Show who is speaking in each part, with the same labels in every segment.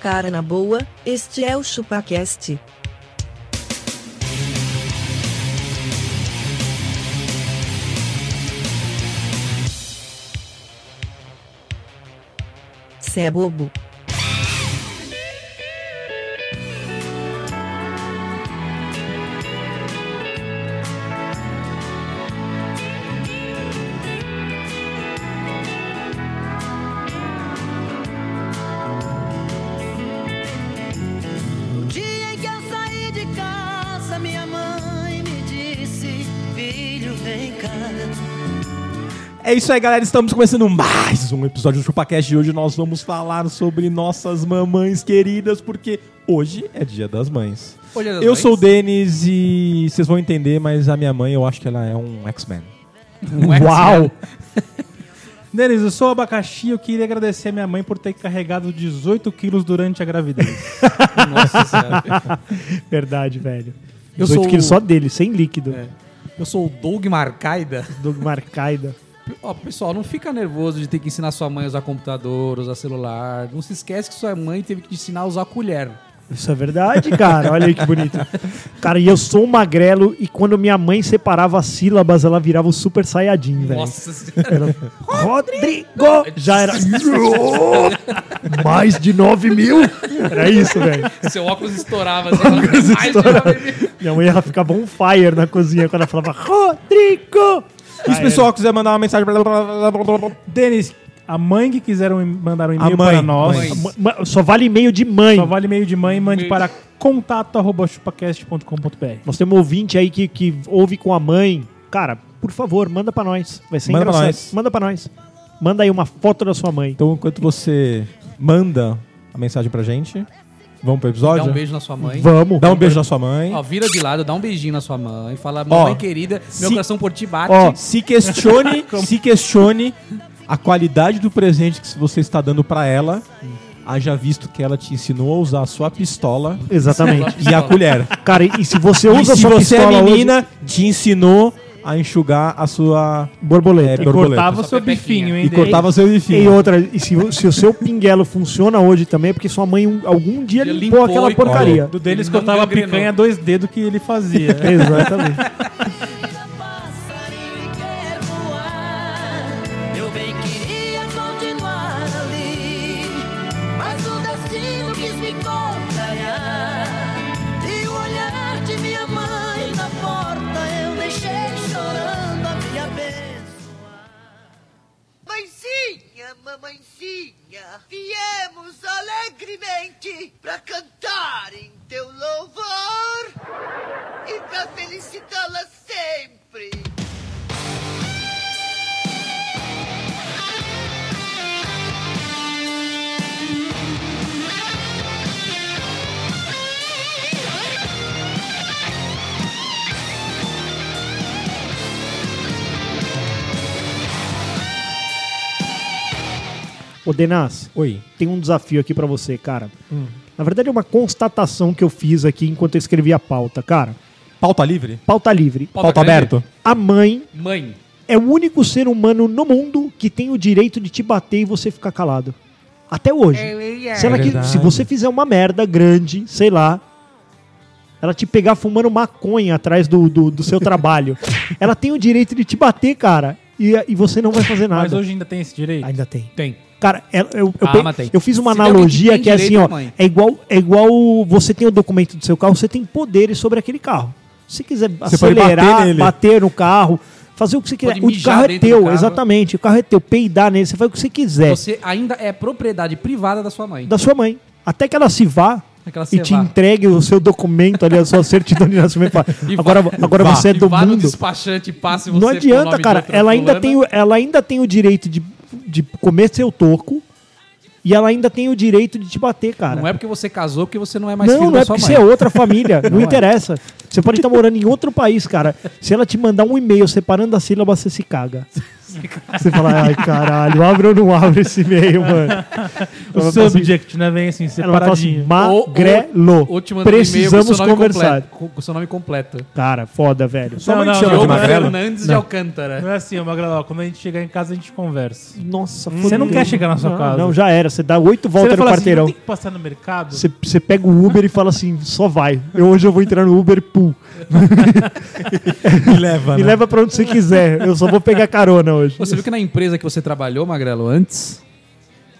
Speaker 1: Cara na boa, este é o ChupaCast. Cê é bobo.
Speaker 2: No dia em que eu saí de casa, minha mãe me disse: Filho, vem cá.
Speaker 3: É isso aí, galera. Estamos começando mais um episódio do ChupaCast e hoje nós vamos falar sobre nossas mamães queridas, porque hoje é Dia das Mães.
Speaker 4: Hoje é das
Speaker 3: eu
Speaker 4: mães?
Speaker 3: sou o Denis e vocês vão entender, mas a minha mãe eu acho que ela é um X-Men.
Speaker 4: Um X-Men.
Speaker 5: Denis, eu sou o abacaxi eu queria agradecer a minha mãe por ter carregado 18 quilos durante a gravidez.
Speaker 4: Nossa senhora.
Speaker 5: Verdade, velho.
Speaker 4: Eu
Speaker 5: 18
Speaker 4: sou-
Speaker 5: quilos só dele, sem líquido.
Speaker 4: Eu sou o Doug Marcaida.
Speaker 5: Do Marcaida.
Speaker 4: Ó, pessoal, não fica nervoso de ter que ensinar sua mãe a usar computador, usar celular. Não se esquece que sua mãe teve que te ensinar a usar colher.
Speaker 5: Isso é verdade, cara. Olha aí que bonito. Cara, e eu sou um magrelo e quando minha mãe separava as sílabas, ela virava o Super Saiyajin, velho.
Speaker 4: Nossa senhora.
Speaker 5: Rodrigo! Já era. Mais de 9 mil? Era isso, velho.
Speaker 4: Seu óculos estourava. Assim, óculos
Speaker 5: estourava. Minha mãe ela ficava on fire na cozinha quando ela falava Rodrigo!
Speaker 3: E se o
Speaker 5: Ah,
Speaker 3: pessoal quiser mandar uma mensagem blá, blá, blá, blá, blá, blá,
Speaker 6: Denis, a mãe que quiser um, mandar um
Speaker 3: A
Speaker 6: e-mail
Speaker 3: mãe,
Speaker 6: para nós,
Speaker 4: mãe.
Speaker 5: Ma- ma- Só vale e-mail de mãe.
Speaker 6: só vale e-mail de mãe, mande
Speaker 4: Mãe.
Speaker 6: para contato.chupacast.com.br.
Speaker 5: Nós temos um ouvinte aí que, que ouve com a mãe. Cara, por favor, manda pra nós. Vai ser
Speaker 3: Manda pra
Speaker 5: engraçado.
Speaker 3: nós.
Speaker 5: Manda pra nós. Manda aí uma foto da sua mãe.
Speaker 3: Então, enquanto você manda a mensagem pra gente, vamos pro
Speaker 4: Dá
Speaker 3: episódio?
Speaker 4: um beijo na sua mãe.
Speaker 5: Vamos.
Speaker 3: Dá um beijo na sua mãe.
Speaker 4: Ó, vira de lado, dá um beijinho na sua mãe. Fala, mamãe querida, meu
Speaker 3: se-
Speaker 4: coração por ti bate.
Speaker 3: Ó, se questione, se questione a qualidade do presente que você está dando pra ela. Haja visto que ela te ensinou a usar a sua pistola
Speaker 5: Exatamente.
Speaker 3: e a colher.
Speaker 5: Cara, e, e se você
Speaker 3: um- E
Speaker 5: usa
Speaker 3: se
Speaker 5: sua
Speaker 3: você é
Speaker 5: pistola
Speaker 3: menina, te ensinou a enxugar a sua
Speaker 5: hoje, borboleta.
Speaker 3: é,
Speaker 6: E
Speaker 3: borboleta.
Speaker 6: cortava o
Speaker 4: Só
Speaker 6: seu
Speaker 4: pepequinha.
Speaker 6: bifinho, hein?
Speaker 3: e cortava seu
Speaker 5: E
Speaker 3: bifinho.
Speaker 5: outra, e se, o- se o seu pinguelo funciona hoje também, é porque sua mãe um- algum dia
Speaker 4: Ele
Speaker 5: limpou,
Speaker 4: limpou
Speaker 5: aquela
Speaker 4: e-
Speaker 5: porcaria.
Speaker 6: Do Denis
Speaker 4: Ele não
Speaker 6: cortava a
Speaker 4: gangrenou.
Speaker 6: picanha a dois dedos que ele fazia.
Speaker 5: Exatamente.
Speaker 2: Passarinho quer voar. Eu bem queria continuar ali, mas o destino quis me contrariar. E o olhar de minha mãe na porta eu deixei chorando a minha abençoar. Mãezinha, mamãezinha, viemos alegremente pra cantar em teu louvor e pra felicitá-la sempre.
Speaker 5: Ô, Denas,
Speaker 3: Oi.
Speaker 5: tem um desafio aqui pra você, cara.
Speaker 3: Hum.
Speaker 5: Na verdade, é uma constatação que eu fiz aqui enquanto eu escrevi a pauta. Cara,
Speaker 3: Pauta livre?
Speaker 5: pauta livre.
Speaker 4: Pauta
Speaker 3: Pauta
Speaker 4: grande?
Speaker 3: aberto?
Speaker 5: A mãe
Speaker 4: Mãe.
Speaker 5: é o único ser humano no mundo que tem o direito de te bater e você ficar calado. Até hoje. Se, ela
Speaker 3: É
Speaker 5: que-
Speaker 3: verdade.
Speaker 5: se você fizer uma merda grande, sei lá, ela te pegar fumando maconha atrás do, do, do seu trabalho, ela tem o direito de te bater, cara, e, e você não vai fazer nada.
Speaker 6: Mas hoje ainda tem esse direito?
Speaker 5: Ainda tem.
Speaker 4: Tem.
Speaker 5: Cara, ela- eu, eu,
Speaker 4: Ah,
Speaker 5: pe-
Speaker 4: mas tem.
Speaker 5: eu fiz uma
Speaker 4: Se tem alguém que
Speaker 5: analogia
Speaker 4: tem
Speaker 5: que, é assim,
Speaker 4: direito,
Speaker 5: ó.
Speaker 4: mãe.
Speaker 5: É igual, é igual você tem o documento do seu carro, você tem poderes sobre aquele carro. Se quiser
Speaker 3: Você pode
Speaker 5: acelerar,
Speaker 3: bater
Speaker 5: bater,
Speaker 3: nele.
Speaker 5: no carro, fazer o que você quiser.
Speaker 4: Pode
Speaker 5: O
Speaker 4: mijar
Speaker 5: carro é
Speaker 4: dentro do
Speaker 5: teu,
Speaker 4: carro.
Speaker 5: exatamente. O carro é teu. Peidar nele, você faz o que você quiser.
Speaker 4: Você ainda é propriedade privada da sua mãe.
Speaker 5: Da sua mãe. Até que ela se vá
Speaker 4: Até que ela se
Speaker 5: e te
Speaker 4: vá.
Speaker 5: entregue o seu documento ali, a sua certidão de nascimento. e fala,
Speaker 4: E
Speaker 5: agora
Speaker 4: vá-
Speaker 5: agora
Speaker 3: vá,
Speaker 5: você é
Speaker 4: E
Speaker 5: do
Speaker 4: vá no
Speaker 5: mundo.
Speaker 4: despachante e passe você
Speaker 5: Não
Speaker 4: pro nome
Speaker 5: adianta,
Speaker 4: de
Speaker 5: cara.
Speaker 4: outra
Speaker 5: Ela ainda,
Speaker 4: fulana.
Speaker 5: tem, o- ela ainda tem o direito de, de comer seu toco e ela ainda tem o direito de te bater, cara.
Speaker 4: Não é porque você casou que você não é mais
Speaker 5: não,
Speaker 4: filho
Speaker 5: não
Speaker 4: da
Speaker 5: é
Speaker 4: sua
Speaker 5: porque
Speaker 4: mãe.
Speaker 5: você é outra família. Não, interessa. Você pode estar morando em outro país, cara. Se ela te mandar um e-mail separando a sílaba, você se caga. Você fala, ai caralho, abre ou não abre esse e-mail, mano?
Speaker 6: O
Speaker 5: Ela fala assim-
Speaker 6: subject, né? Vem assim,
Speaker 5: Ela fala assim,
Speaker 6: separadinho.
Speaker 5: magrelo,
Speaker 4: Ou te mandando um e-mail com
Speaker 5: precisamos
Speaker 4: seu nome
Speaker 5: conversar.
Speaker 4: completo, com- Com seu nome completo.
Speaker 5: Cara, foda, velho.
Speaker 3: Sua mãe
Speaker 6: Não,
Speaker 3: te
Speaker 6: não,
Speaker 3: chama de
Speaker 6: Diogo,
Speaker 3: magrelo?
Speaker 4: Fernandes de Alcântara.
Speaker 6: Não é assim, ô Magrelo, ó, quando a gente chegar em casa, a gente conversa.
Speaker 5: Nossa,
Speaker 6: Você não
Speaker 5: fodeu.
Speaker 6: quer chegar na sua
Speaker 5: Não,
Speaker 6: casa.
Speaker 5: Não, já era. Você dá oito voltas no
Speaker 6: Você vai falar assim,
Speaker 5: quarteirão.
Speaker 6: não tem que passar no mercado?
Speaker 5: Você, você pega o Uber e fala assim, só vai. Eu, hoje eu vou entrar no Uber e pum.
Speaker 3: Me leva,
Speaker 5: Me
Speaker 3: né?
Speaker 5: leva pra onde você quiser. Eu só vou pegar carona hoje.
Speaker 4: Você viu que na empresa que você trabalhou, Magrelo, antes,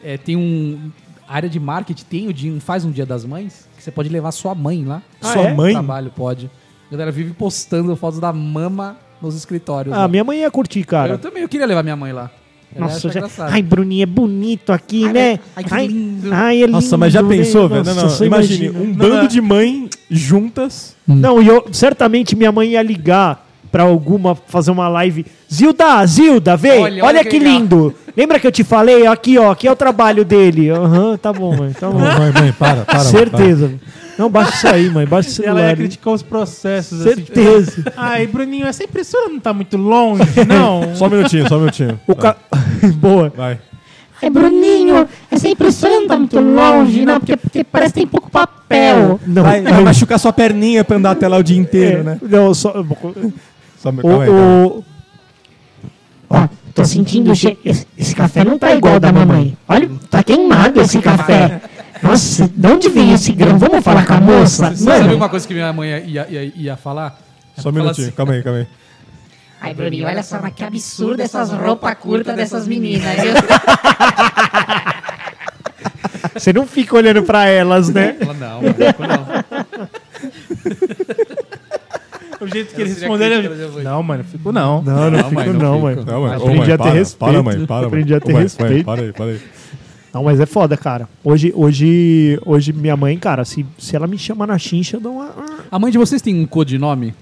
Speaker 4: é, tem um. A área de marketing tem o dia, um- faz um dia das mães, que você pode levar sua mãe lá.
Speaker 3: Sua
Speaker 5: é?
Speaker 3: mãe?
Speaker 4: Trabalho, pode. A galera vive postando fotos da mama nos escritórios.
Speaker 5: Ah,
Speaker 4: lá.
Speaker 5: minha mãe ia curtir, cara.
Speaker 4: Eu também, eu queria levar minha mãe lá. Ela
Speaker 5: Nossa,
Speaker 4: acha
Speaker 5: já...
Speaker 4: engraçado.
Speaker 5: Ai, Bruninho, é bonito aqui,
Speaker 4: Ai,
Speaker 5: né?
Speaker 4: ai, que lindo.
Speaker 5: Ai, é lindo,
Speaker 3: Nossa, mas já
Speaker 5: né?
Speaker 3: pensou, velho?
Speaker 5: Nossa,
Speaker 3: Não, não,
Speaker 5: você
Speaker 3: imagine,
Speaker 5: imagina. Hum.
Speaker 3: um
Speaker 6: Não,
Speaker 3: bando
Speaker 6: não.
Speaker 3: de mãe juntas.
Speaker 5: Não, e eu certamente minha mãe ia ligar pra alguma fazer uma live. Zilda, Zilda, vem! Olha,
Speaker 4: Olha, olha
Speaker 5: que,
Speaker 4: que legal."
Speaker 5: lindo! Lembra que eu te falei? Aqui, ó, aqui é o trabalho dele. Aham, tá bom, mãe, tá bom.
Speaker 3: mãe, mãe, para, para.
Speaker 5: Certeza. Não, baixa isso aí, mãe, baixa o
Speaker 6: E ela
Speaker 5: celular.
Speaker 6: ia
Speaker 5: hein?
Speaker 6: criticar os processos. assim, tipo,
Speaker 5: Certeza.
Speaker 6: Ai, Bruninho, essa impressora não tá muito longe, não.
Speaker 3: Só um minutinho, só um minutinho.
Speaker 5: O ca- Boa.
Speaker 3: Vai.
Speaker 7: É Bruninho, essa impressora não tá muito longe, não, porque, porque parece que tem pouco papel.
Speaker 5: Não,
Speaker 3: Vai,
Speaker 5: não,
Speaker 3: vai machucar sua perninha pra andar até lá o dia inteiro,
Speaker 5: é,
Speaker 3: né?
Speaker 5: não, só.
Speaker 3: Só,
Speaker 5: O,
Speaker 3: calma aí, calma aí.
Speaker 5: o-
Speaker 7: Ó, tô sentindo o che... esse, esse café não tá igual ao da mamãe. Olha, tá queimado esse café. Nossa, de onde vem esse grão? Vamos falar com a moça?
Speaker 4: Você sabe
Speaker 7: Mano.
Speaker 4: uma coisa que minha mãe ia, ia, ia- ia falar?
Speaker 3: Só um
Speaker 4: Fala
Speaker 3: minutinho,
Speaker 5: assim.
Speaker 3: calma aí, calma aí.
Speaker 7: Ai, Bruninho, olha só, mas Ah, que absurdo essas roupas curtas dessas meninas.
Speaker 5: Você não fica olhando pra elas, né?
Speaker 4: Ela não, Magrelo, não.
Speaker 6: O jeito que
Speaker 4: Ela
Speaker 6: ele
Speaker 4: seria
Speaker 6: respondeu, ele-
Speaker 4: crítica, ela já foi.
Speaker 6: Não, mano, ficou não.
Speaker 5: Não, não,
Speaker 4: Não,
Speaker 5: fico,
Speaker 4: mãe, não
Speaker 5: não,
Speaker 4: fico.
Speaker 5: mãe.
Speaker 3: Não, mãe,
Speaker 5: Mas
Speaker 3: ô, mãe,
Speaker 5: aprendi a ter
Speaker 3: para,
Speaker 5: respeito.
Speaker 3: Para, mãe, para, mãe.
Speaker 5: Aprendi a
Speaker 3: Ô,
Speaker 5: ter
Speaker 3: mãe,
Speaker 5: respeito.
Speaker 3: Mãe, para aí, para aí.
Speaker 5: Não, mas é foda, cara. Hoje, hoje, hoje minha mãe, cara, se, se ela me chama na chincha, eu dou uma. O
Speaker 4: A mãe de vocês tem um codinome?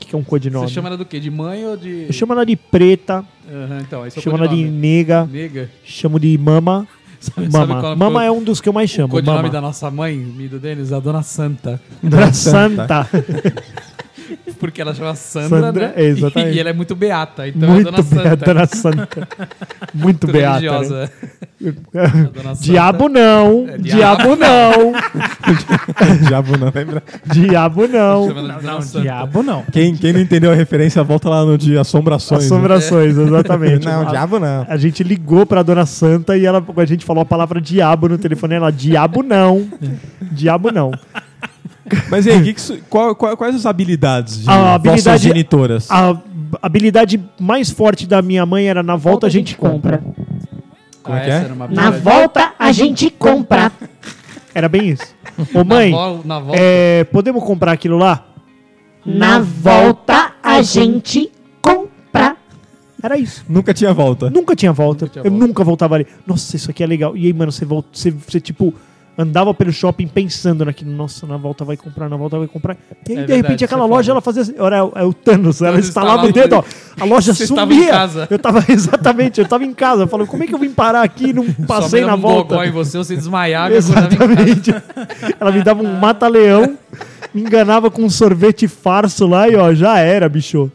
Speaker 5: que, que é um codinome?
Speaker 4: Você chama ela do quê? De mãe ou de.
Speaker 5: Eu chamo ela de preta,
Speaker 4: Aham, então, esse é o
Speaker 5: chamo ela de
Speaker 4: codinome.
Speaker 5: nega,
Speaker 4: Nega.
Speaker 5: chamo de mama.
Speaker 4: Sabe- sabe
Speaker 5: mama.
Speaker 4: qual é o
Speaker 5: mama
Speaker 4: co-
Speaker 5: é um dos que eu mais
Speaker 4: O
Speaker 5: chamo.
Speaker 4: codinome
Speaker 5: mama.
Speaker 4: da nossa mãe, minha e do Denis, é a Dona Santa.
Speaker 5: Dona Santa.
Speaker 4: Porque ela chama Sandra,
Speaker 5: Sandra,
Speaker 4: né?
Speaker 5: é, exatamente.
Speaker 4: E, e ela é muito beata, então é a
Speaker 5: Muito
Speaker 4: Dona
Speaker 5: beata,
Speaker 4: Santa.
Speaker 5: Dona Santa. Muito
Speaker 4: muito
Speaker 5: beata. né?
Speaker 4: religiosa. A Dona Santa.
Speaker 5: Diabo não,
Speaker 4: É,
Speaker 5: diabo
Speaker 4: diabo.
Speaker 5: não,
Speaker 3: Diabo não lembra.
Speaker 5: diabo
Speaker 4: Chama
Speaker 5: não.
Speaker 4: ela de Dona
Speaker 6: Não,
Speaker 4: Santa.
Speaker 6: diabo não.
Speaker 3: Quem, quem não entendeu a referência, volta lá no de assombrações. né?
Speaker 5: Assombrações, Ah. exatamente.
Speaker 3: Não,
Speaker 5: A-
Speaker 3: diabo não.
Speaker 5: A gente ligou pra Dona Santa e ela, a gente falou a palavra diabo no telefone. Ela, diabo não. diabo não.
Speaker 3: Mas e aí, que que isso- qual- qual- quais as habilidades de
Speaker 5: A
Speaker 3: vossas
Speaker 5: habilidade-
Speaker 3: genitoras?
Speaker 5: A habilidade mais forte da minha mãe era na volta a gente compra.
Speaker 3: Como é
Speaker 4: Ah,
Speaker 3: que é?
Speaker 4: essa era uma
Speaker 7: Na
Speaker 4: beata.
Speaker 7: volta a gente compra.
Speaker 5: Era bem isso. Ô
Speaker 4: Na
Speaker 5: mãe,
Speaker 4: vol- Na volta.
Speaker 5: é, podemos comprar aquilo lá?
Speaker 7: Na volta a gente compra.
Speaker 5: Era isso.
Speaker 3: Nunca tinha volta.
Speaker 5: Nunca tinha volta.
Speaker 4: Nunca tinha
Speaker 5: Eu
Speaker 4: volta.
Speaker 5: nunca voltava ali. Nossa, isso aqui é legal. E aí, mano, você volta, você, você, tipo andava pelo shopping pensando naquilo. Nossa, na volta vai comprar, na volta vai comprar. E aí,
Speaker 4: É
Speaker 5: de repente,
Speaker 4: verdade,
Speaker 5: aquela
Speaker 4: isso é
Speaker 5: loja
Speaker 4: foda.
Speaker 5: ela fazia assim, era o- é o Thanos, ela
Speaker 4: Thanos
Speaker 5: instalava o
Speaker 4: instalava
Speaker 5: dedo,
Speaker 4: o
Speaker 5: ó. A loja
Speaker 4: Você
Speaker 5: sumia.
Speaker 4: estava em casa.
Speaker 5: Eu tava exatamente, eu tava em casa. Eu falo, como é que eu vim parar aqui e não
Speaker 4: Sua
Speaker 5: passei
Speaker 4: mãe
Speaker 5: na
Speaker 4: dava um gogó
Speaker 5: volta?
Speaker 4: em você, você desmaiava e acordava em casa.
Speaker 5: Exatamente. ela me dava um mata-leão, me enganava com um sorvete farso lá e ó, já era, bicho.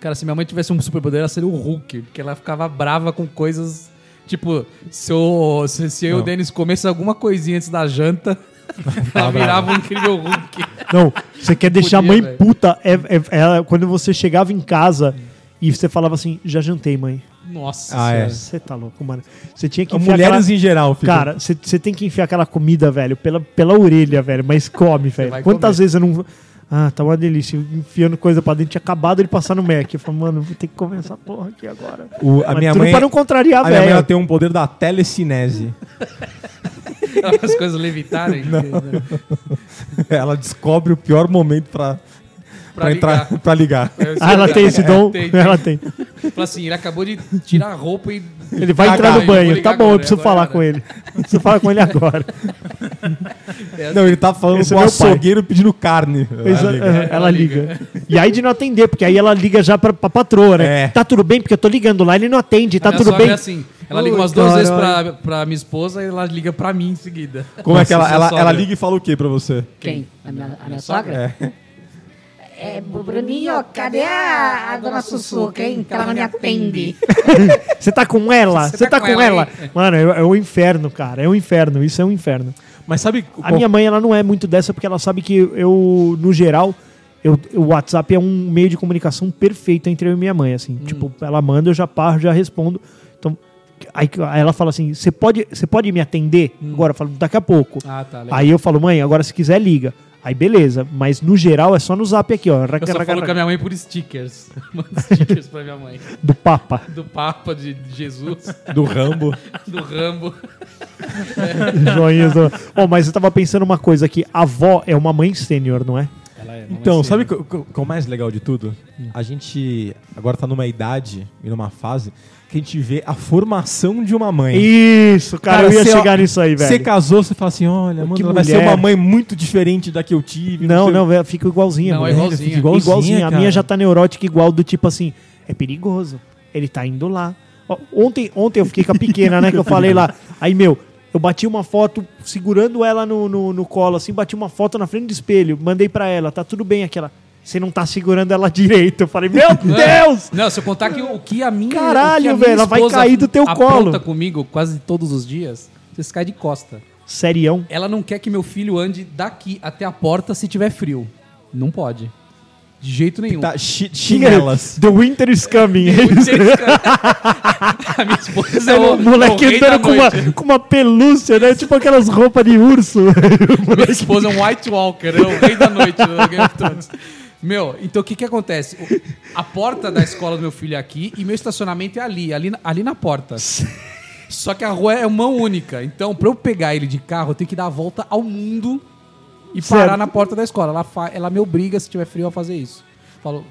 Speaker 4: Cara, se minha mãe tivesse um superpoder, ela seria o Hulk, porque ela ficava brava com coisas. Tipo, se eu, se, se eu e o Denis comesse alguma coisinha antes da janta, ela virava um incrível Hulk.
Speaker 5: Não, você quer deixar a mãe
Speaker 4: velho.
Speaker 5: puta. É, é- ela- quando você chegava em casa e você falava assim, já jantei, mãe.
Speaker 4: Nossa
Speaker 3: Ah, é.
Speaker 5: Você tá louco, mano. Você tinha que enfiar
Speaker 3: Mulheres
Speaker 5: aquela...
Speaker 3: em geral, filho.
Speaker 5: Cara, você- você tem que enfiar aquela comida, velho, pela, pela orelha, velho. Mas come, velho.
Speaker 4: vai
Speaker 5: Quantas
Speaker 4: comer.
Speaker 5: vezes eu não... Ah, tá uma delícia. Enfiando coisa pra dentro. Tinha acabado de passar no Mac. Eu falei, mano, vou ter que comer essa porra aqui agora.
Speaker 3: O- a
Speaker 5: Mas
Speaker 3: minha
Speaker 5: tudo
Speaker 3: mãe,
Speaker 5: pra não contrariar,
Speaker 3: a minha mãe ela
Speaker 5: velho.
Speaker 3: tem um poder da telecinese.
Speaker 4: Ela faz as coisas levitarem.
Speaker 3: ela descobre o pior momento pra, pra, entrar,
Speaker 4: ligar.
Speaker 3: pra ligar.
Speaker 4: É, isso
Speaker 5: Ah, ela
Speaker 4: é
Speaker 5: tem esse dom.
Speaker 4: tem, tem.
Speaker 5: Ela tem.
Speaker 4: Fala assim, ele acabou de tirar a roupa e.
Speaker 5: Ele vai entrar
Speaker 4: Caralho,
Speaker 5: no
Speaker 4: eu vou
Speaker 5: banho.
Speaker 4: ligar
Speaker 5: Tá bom,
Speaker 4: agora,
Speaker 5: eu preciso
Speaker 4: agora,
Speaker 5: falar
Speaker 4: né?
Speaker 5: com ele. Preciso falar com ele agora.
Speaker 3: Não, ele tá falando
Speaker 5: Esse
Speaker 3: com
Speaker 5: é
Speaker 3: o
Speaker 5: meu pai. Ah,
Speaker 3: açougueiro pedindo carne. é.
Speaker 5: Exa-
Speaker 3: Ela liga.
Speaker 5: aham, é, ela, liga. E aí de não atender, porque aí ela liga já pra, pra patroa, né?
Speaker 3: É.
Speaker 5: Tá tudo bem, porque eu tô ligando lá, ele não atende, tá
Speaker 4: A minha
Speaker 5: tudo
Speaker 4: sogra
Speaker 5: bem.
Speaker 4: É assim, ela liga umas
Speaker 5: Ui,
Speaker 4: duas vezes
Speaker 5: caralho.
Speaker 4: pra, pra minha esposa e ela liga pra mim em seguida.
Speaker 3: Como é que
Speaker 4: Nossa,
Speaker 3: ela,
Speaker 4: sua
Speaker 3: ela,
Speaker 4: sogra.
Speaker 3: ela liga e fala o que pra você?
Speaker 5: É.
Speaker 7: Quem? A minha, a minha sogra?
Speaker 8: É, Bruninho, cadê a, a dona Sussuca, hein? Que ela não me atende.
Speaker 5: Você tá com ela? Você tá, com ela? Mano, é, é um inferno, cara. É um inferno. Isso é um inferno.
Speaker 3: Mas sabe.
Speaker 5: A minha mãe, ela não é muito dessa porque ela sabe que eu, no geral, eu, o WhatsApp é um meio de comunicação perfeito entre eu e minha mãe,
Speaker 4: Hum.
Speaker 5: assim. Tipo, ela manda, eu já paro, já respondo. Então, aí que- aí ela fala assim: "Você pode, você pode me atender?" Agora eu falo: "Daqui a pouco".
Speaker 4: Hum. Ah, tá, legal.
Speaker 5: aí eu falo: "Mãe, agora se quiser liga". Aí beleza, mas no geral é só no Zap aqui, ó, raca,
Speaker 4: Eu só
Speaker 5: raca,
Speaker 4: falo com
Speaker 5: raca,
Speaker 4: a minha mãe por stickers. Manda stickers pra minha mãe.
Speaker 5: do papa.
Speaker 4: Do Papa, de de Jesus,
Speaker 3: Do Rambo. do
Speaker 4: do Rambo.
Speaker 5: Joinhas. do- Ó, mas eu tava pensando uma coisa aqui, a avó é uma mãe sênior, não é?
Speaker 3: Então, sabe o que, o que é o mais legal de tudo?
Speaker 5: Hum.
Speaker 3: A gente agora tá numa idade e numa fase que a gente vê a formação de uma
Speaker 4: É.
Speaker 3: mãe.
Speaker 5: Isso, cara, eu ia
Speaker 3: cê-
Speaker 5: chegar nisso aí, velho.
Speaker 3: Você casou, você fala assim: olha, mano,
Speaker 5: Que
Speaker 3: ela vai ser
Speaker 5: mulher.
Speaker 3: uma mãe muito diferente da que eu tive.
Speaker 5: Não,
Speaker 3: sei-
Speaker 5: não, velho, fica igualzinha,
Speaker 4: Não,
Speaker 5: mano.
Speaker 4: é igualzinha.
Speaker 5: Igualzinha, a minha
Speaker 3: cara.
Speaker 5: já tá neurótica igual do tipo assim, é perigoso. Ele tá indo lá. Ó, Ontem, ontem eu fiquei com a pequena, né? Que eu falei lá. Aí, meu, eu bati uma foto segurando ela no, no, no colo, assim, bati uma foto na frente do espelho, mandei pra ela, tá tudo bem aquela. Você não tá segurando ela direito. Eu falei, meu Deus!
Speaker 4: Não, se eu contar que o o que a minha.
Speaker 5: Caralho,
Speaker 4: o que a minha
Speaker 5: velho, ela vai
Speaker 4: esposa
Speaker 5: cair do teu
Speaker 4: apronta
Speaker 5: colo.
Speaker 4: comigo quase todos os dias, vocês caem de costa.
Speaker 5: Serião.
Speaker 4: Ela não quer que meu filho ande daqui até a porta se tiver frio. Não pode. De jeito nenhum.
Speaker 3: Tá, chi- chinelas.
Speaker 5: The Winter is coming.
Speaker 4: a minha esposa é
Speaker 5: O
Speaker 4: o,
Speaker 5: moleque
Speaker 4: é o rei da
Speaker 5: andando com uma,
Speaker 4: noite.
Speaker 5: com uma pelúcia, né? Tipo aquelas roupas de urso.
Speaker 4: Minha esposa é um White Walker, é o rei da noite do Game of Thrones. Meu, então o que que acontece? O- A porta da escola do meu filho é aqui e meu estacionamento é ali, ali, na- ali na porta. Só que a rua é mão única, então pra eu pegar ele de carro, eu tenho que dar a volta ao mundo e parar
Speaker 5: Certo.
Speaker 4: na porta da escola. Ela, fa- ela me obriga, se tiver frio, a fazer isso. Falo,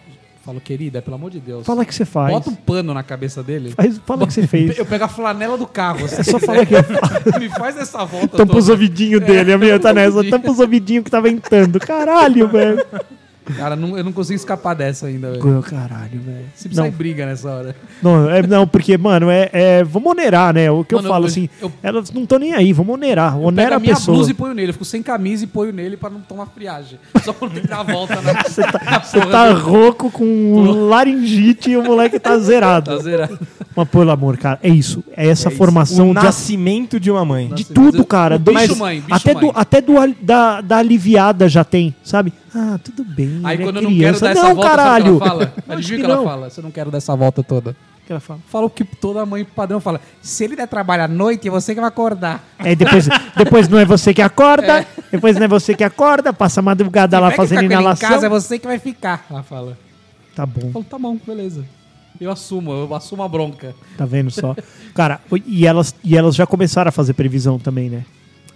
Speaker 4: falo querida, é, pelo amor de Deus.
Speaker 5: Fala que você faz.
Speaker 4: Bota um pano na cabeça dele.
Speaker 5: Faz- fala o que você fez.
Speaker 4: Eu pego a flanela do carro. É
Speaker 5: só falar que eu Então
Speaker 4: Me faz essa volta
Speaker 5: Tampa os
Speaker 4: toda.
Speaker 5: ouvidinhos
Speaker 4: É,
Speaker 5: dele, a minha tá
Speaker 4: tampa os
Speaker 5: nessa.
Speaker 4: ouvidinhos.
Speaker 5: Tampa os ouvidinhos que tá ventando. Caralho, velho.
Speaker 4: Cara, não- eu não consigo escapar dessa ainda, velho.
Speaker 5: Caralho, velho.
Speaker 4: Sempre
Speaker 5: Não.
Speaker 4: sai briga nessa hora.
Speaker 5: Não, é, não, porque, mano, é, é- Vamos onerar, né? O que
Speaker 4: Mano,
Speaker 5: eu falo
Speaker 4: eu-
Speaker 5: assim,
Speaker 4: eu-
Speaker 5: elas não estão nem aí, vamos onerar.
Speaker 4: Pega
Speaker 5: Onera
Speaker 4: a
Speaker 5: a
Speaker 4: minha blusa
Speaker 5: pessoa.
Speaker 4: e ponho nele. Eu fico sem camisa e ponho nele pra não tomar friagem. Só pra não ter que dar a volta na, Você tá,
Speaker 5: Você tá rouco com laringite e o moleque tá zerado.
Speaker 4: tá zerado.
Speaker 5: Mas, pelo amor, cara, é isso. É essa formação
Speaker 3: o
Speaker 5: de
Speaker 3: nascimento de uma mãe.
Speaker 5: De tudo,
Speaker 4: mas
Speaker 5: cara.
Speaker 4: o bicho
Speaker 5: Mas
Speaker 4: mãe, bicho
Speaker 5: até
Speaker 4: mãe.
Speaker 5: do, até do al- da, da aliviada já tem, sabe? Ah, tudo bem.
Speaker 4: Aí
Speaker 5: ele é
Speaker 4: quando eu não quero
Speaker 5: criança.
Speaker 4: dar essa
Speaker 5: não,
Speaker 4: volta,
Speaker 5: caralho.
Speaker 4: sabe o que ela fala?
Speaker 5: Acho
Speaker 4: Adivinha o
Speaker 5: que
Speaker 4: que ela
Speaker 5: não.
Speaker 4: fala? Se eu não quero dar essa volta toda.
Speaker 5: O que ela fala?
Speaker 4: Fala o que toda mãe padrão fala. Se ele der trabalho à noite, é você que vai acordar.
Speaker 5: É, depois, depois não é você que acorda, depois não é você que acorda, passa a madrugada lá
Speaker 4: Vai que
Speaker 5: fazendo
Speaker 4: ficar com ele
Speaker 5: inalação.
Speaker 4: em casa, é você que vai ficar. Ela fala.
Speaker 5: Tá bom,
Speaker 4: Eu falo, tá bom, beleza. Eu assumo, eu assumo a bronca.
Speaker 5: tá vendo só. Cara, e elas, e elas já começaram a fazer previsão também, né?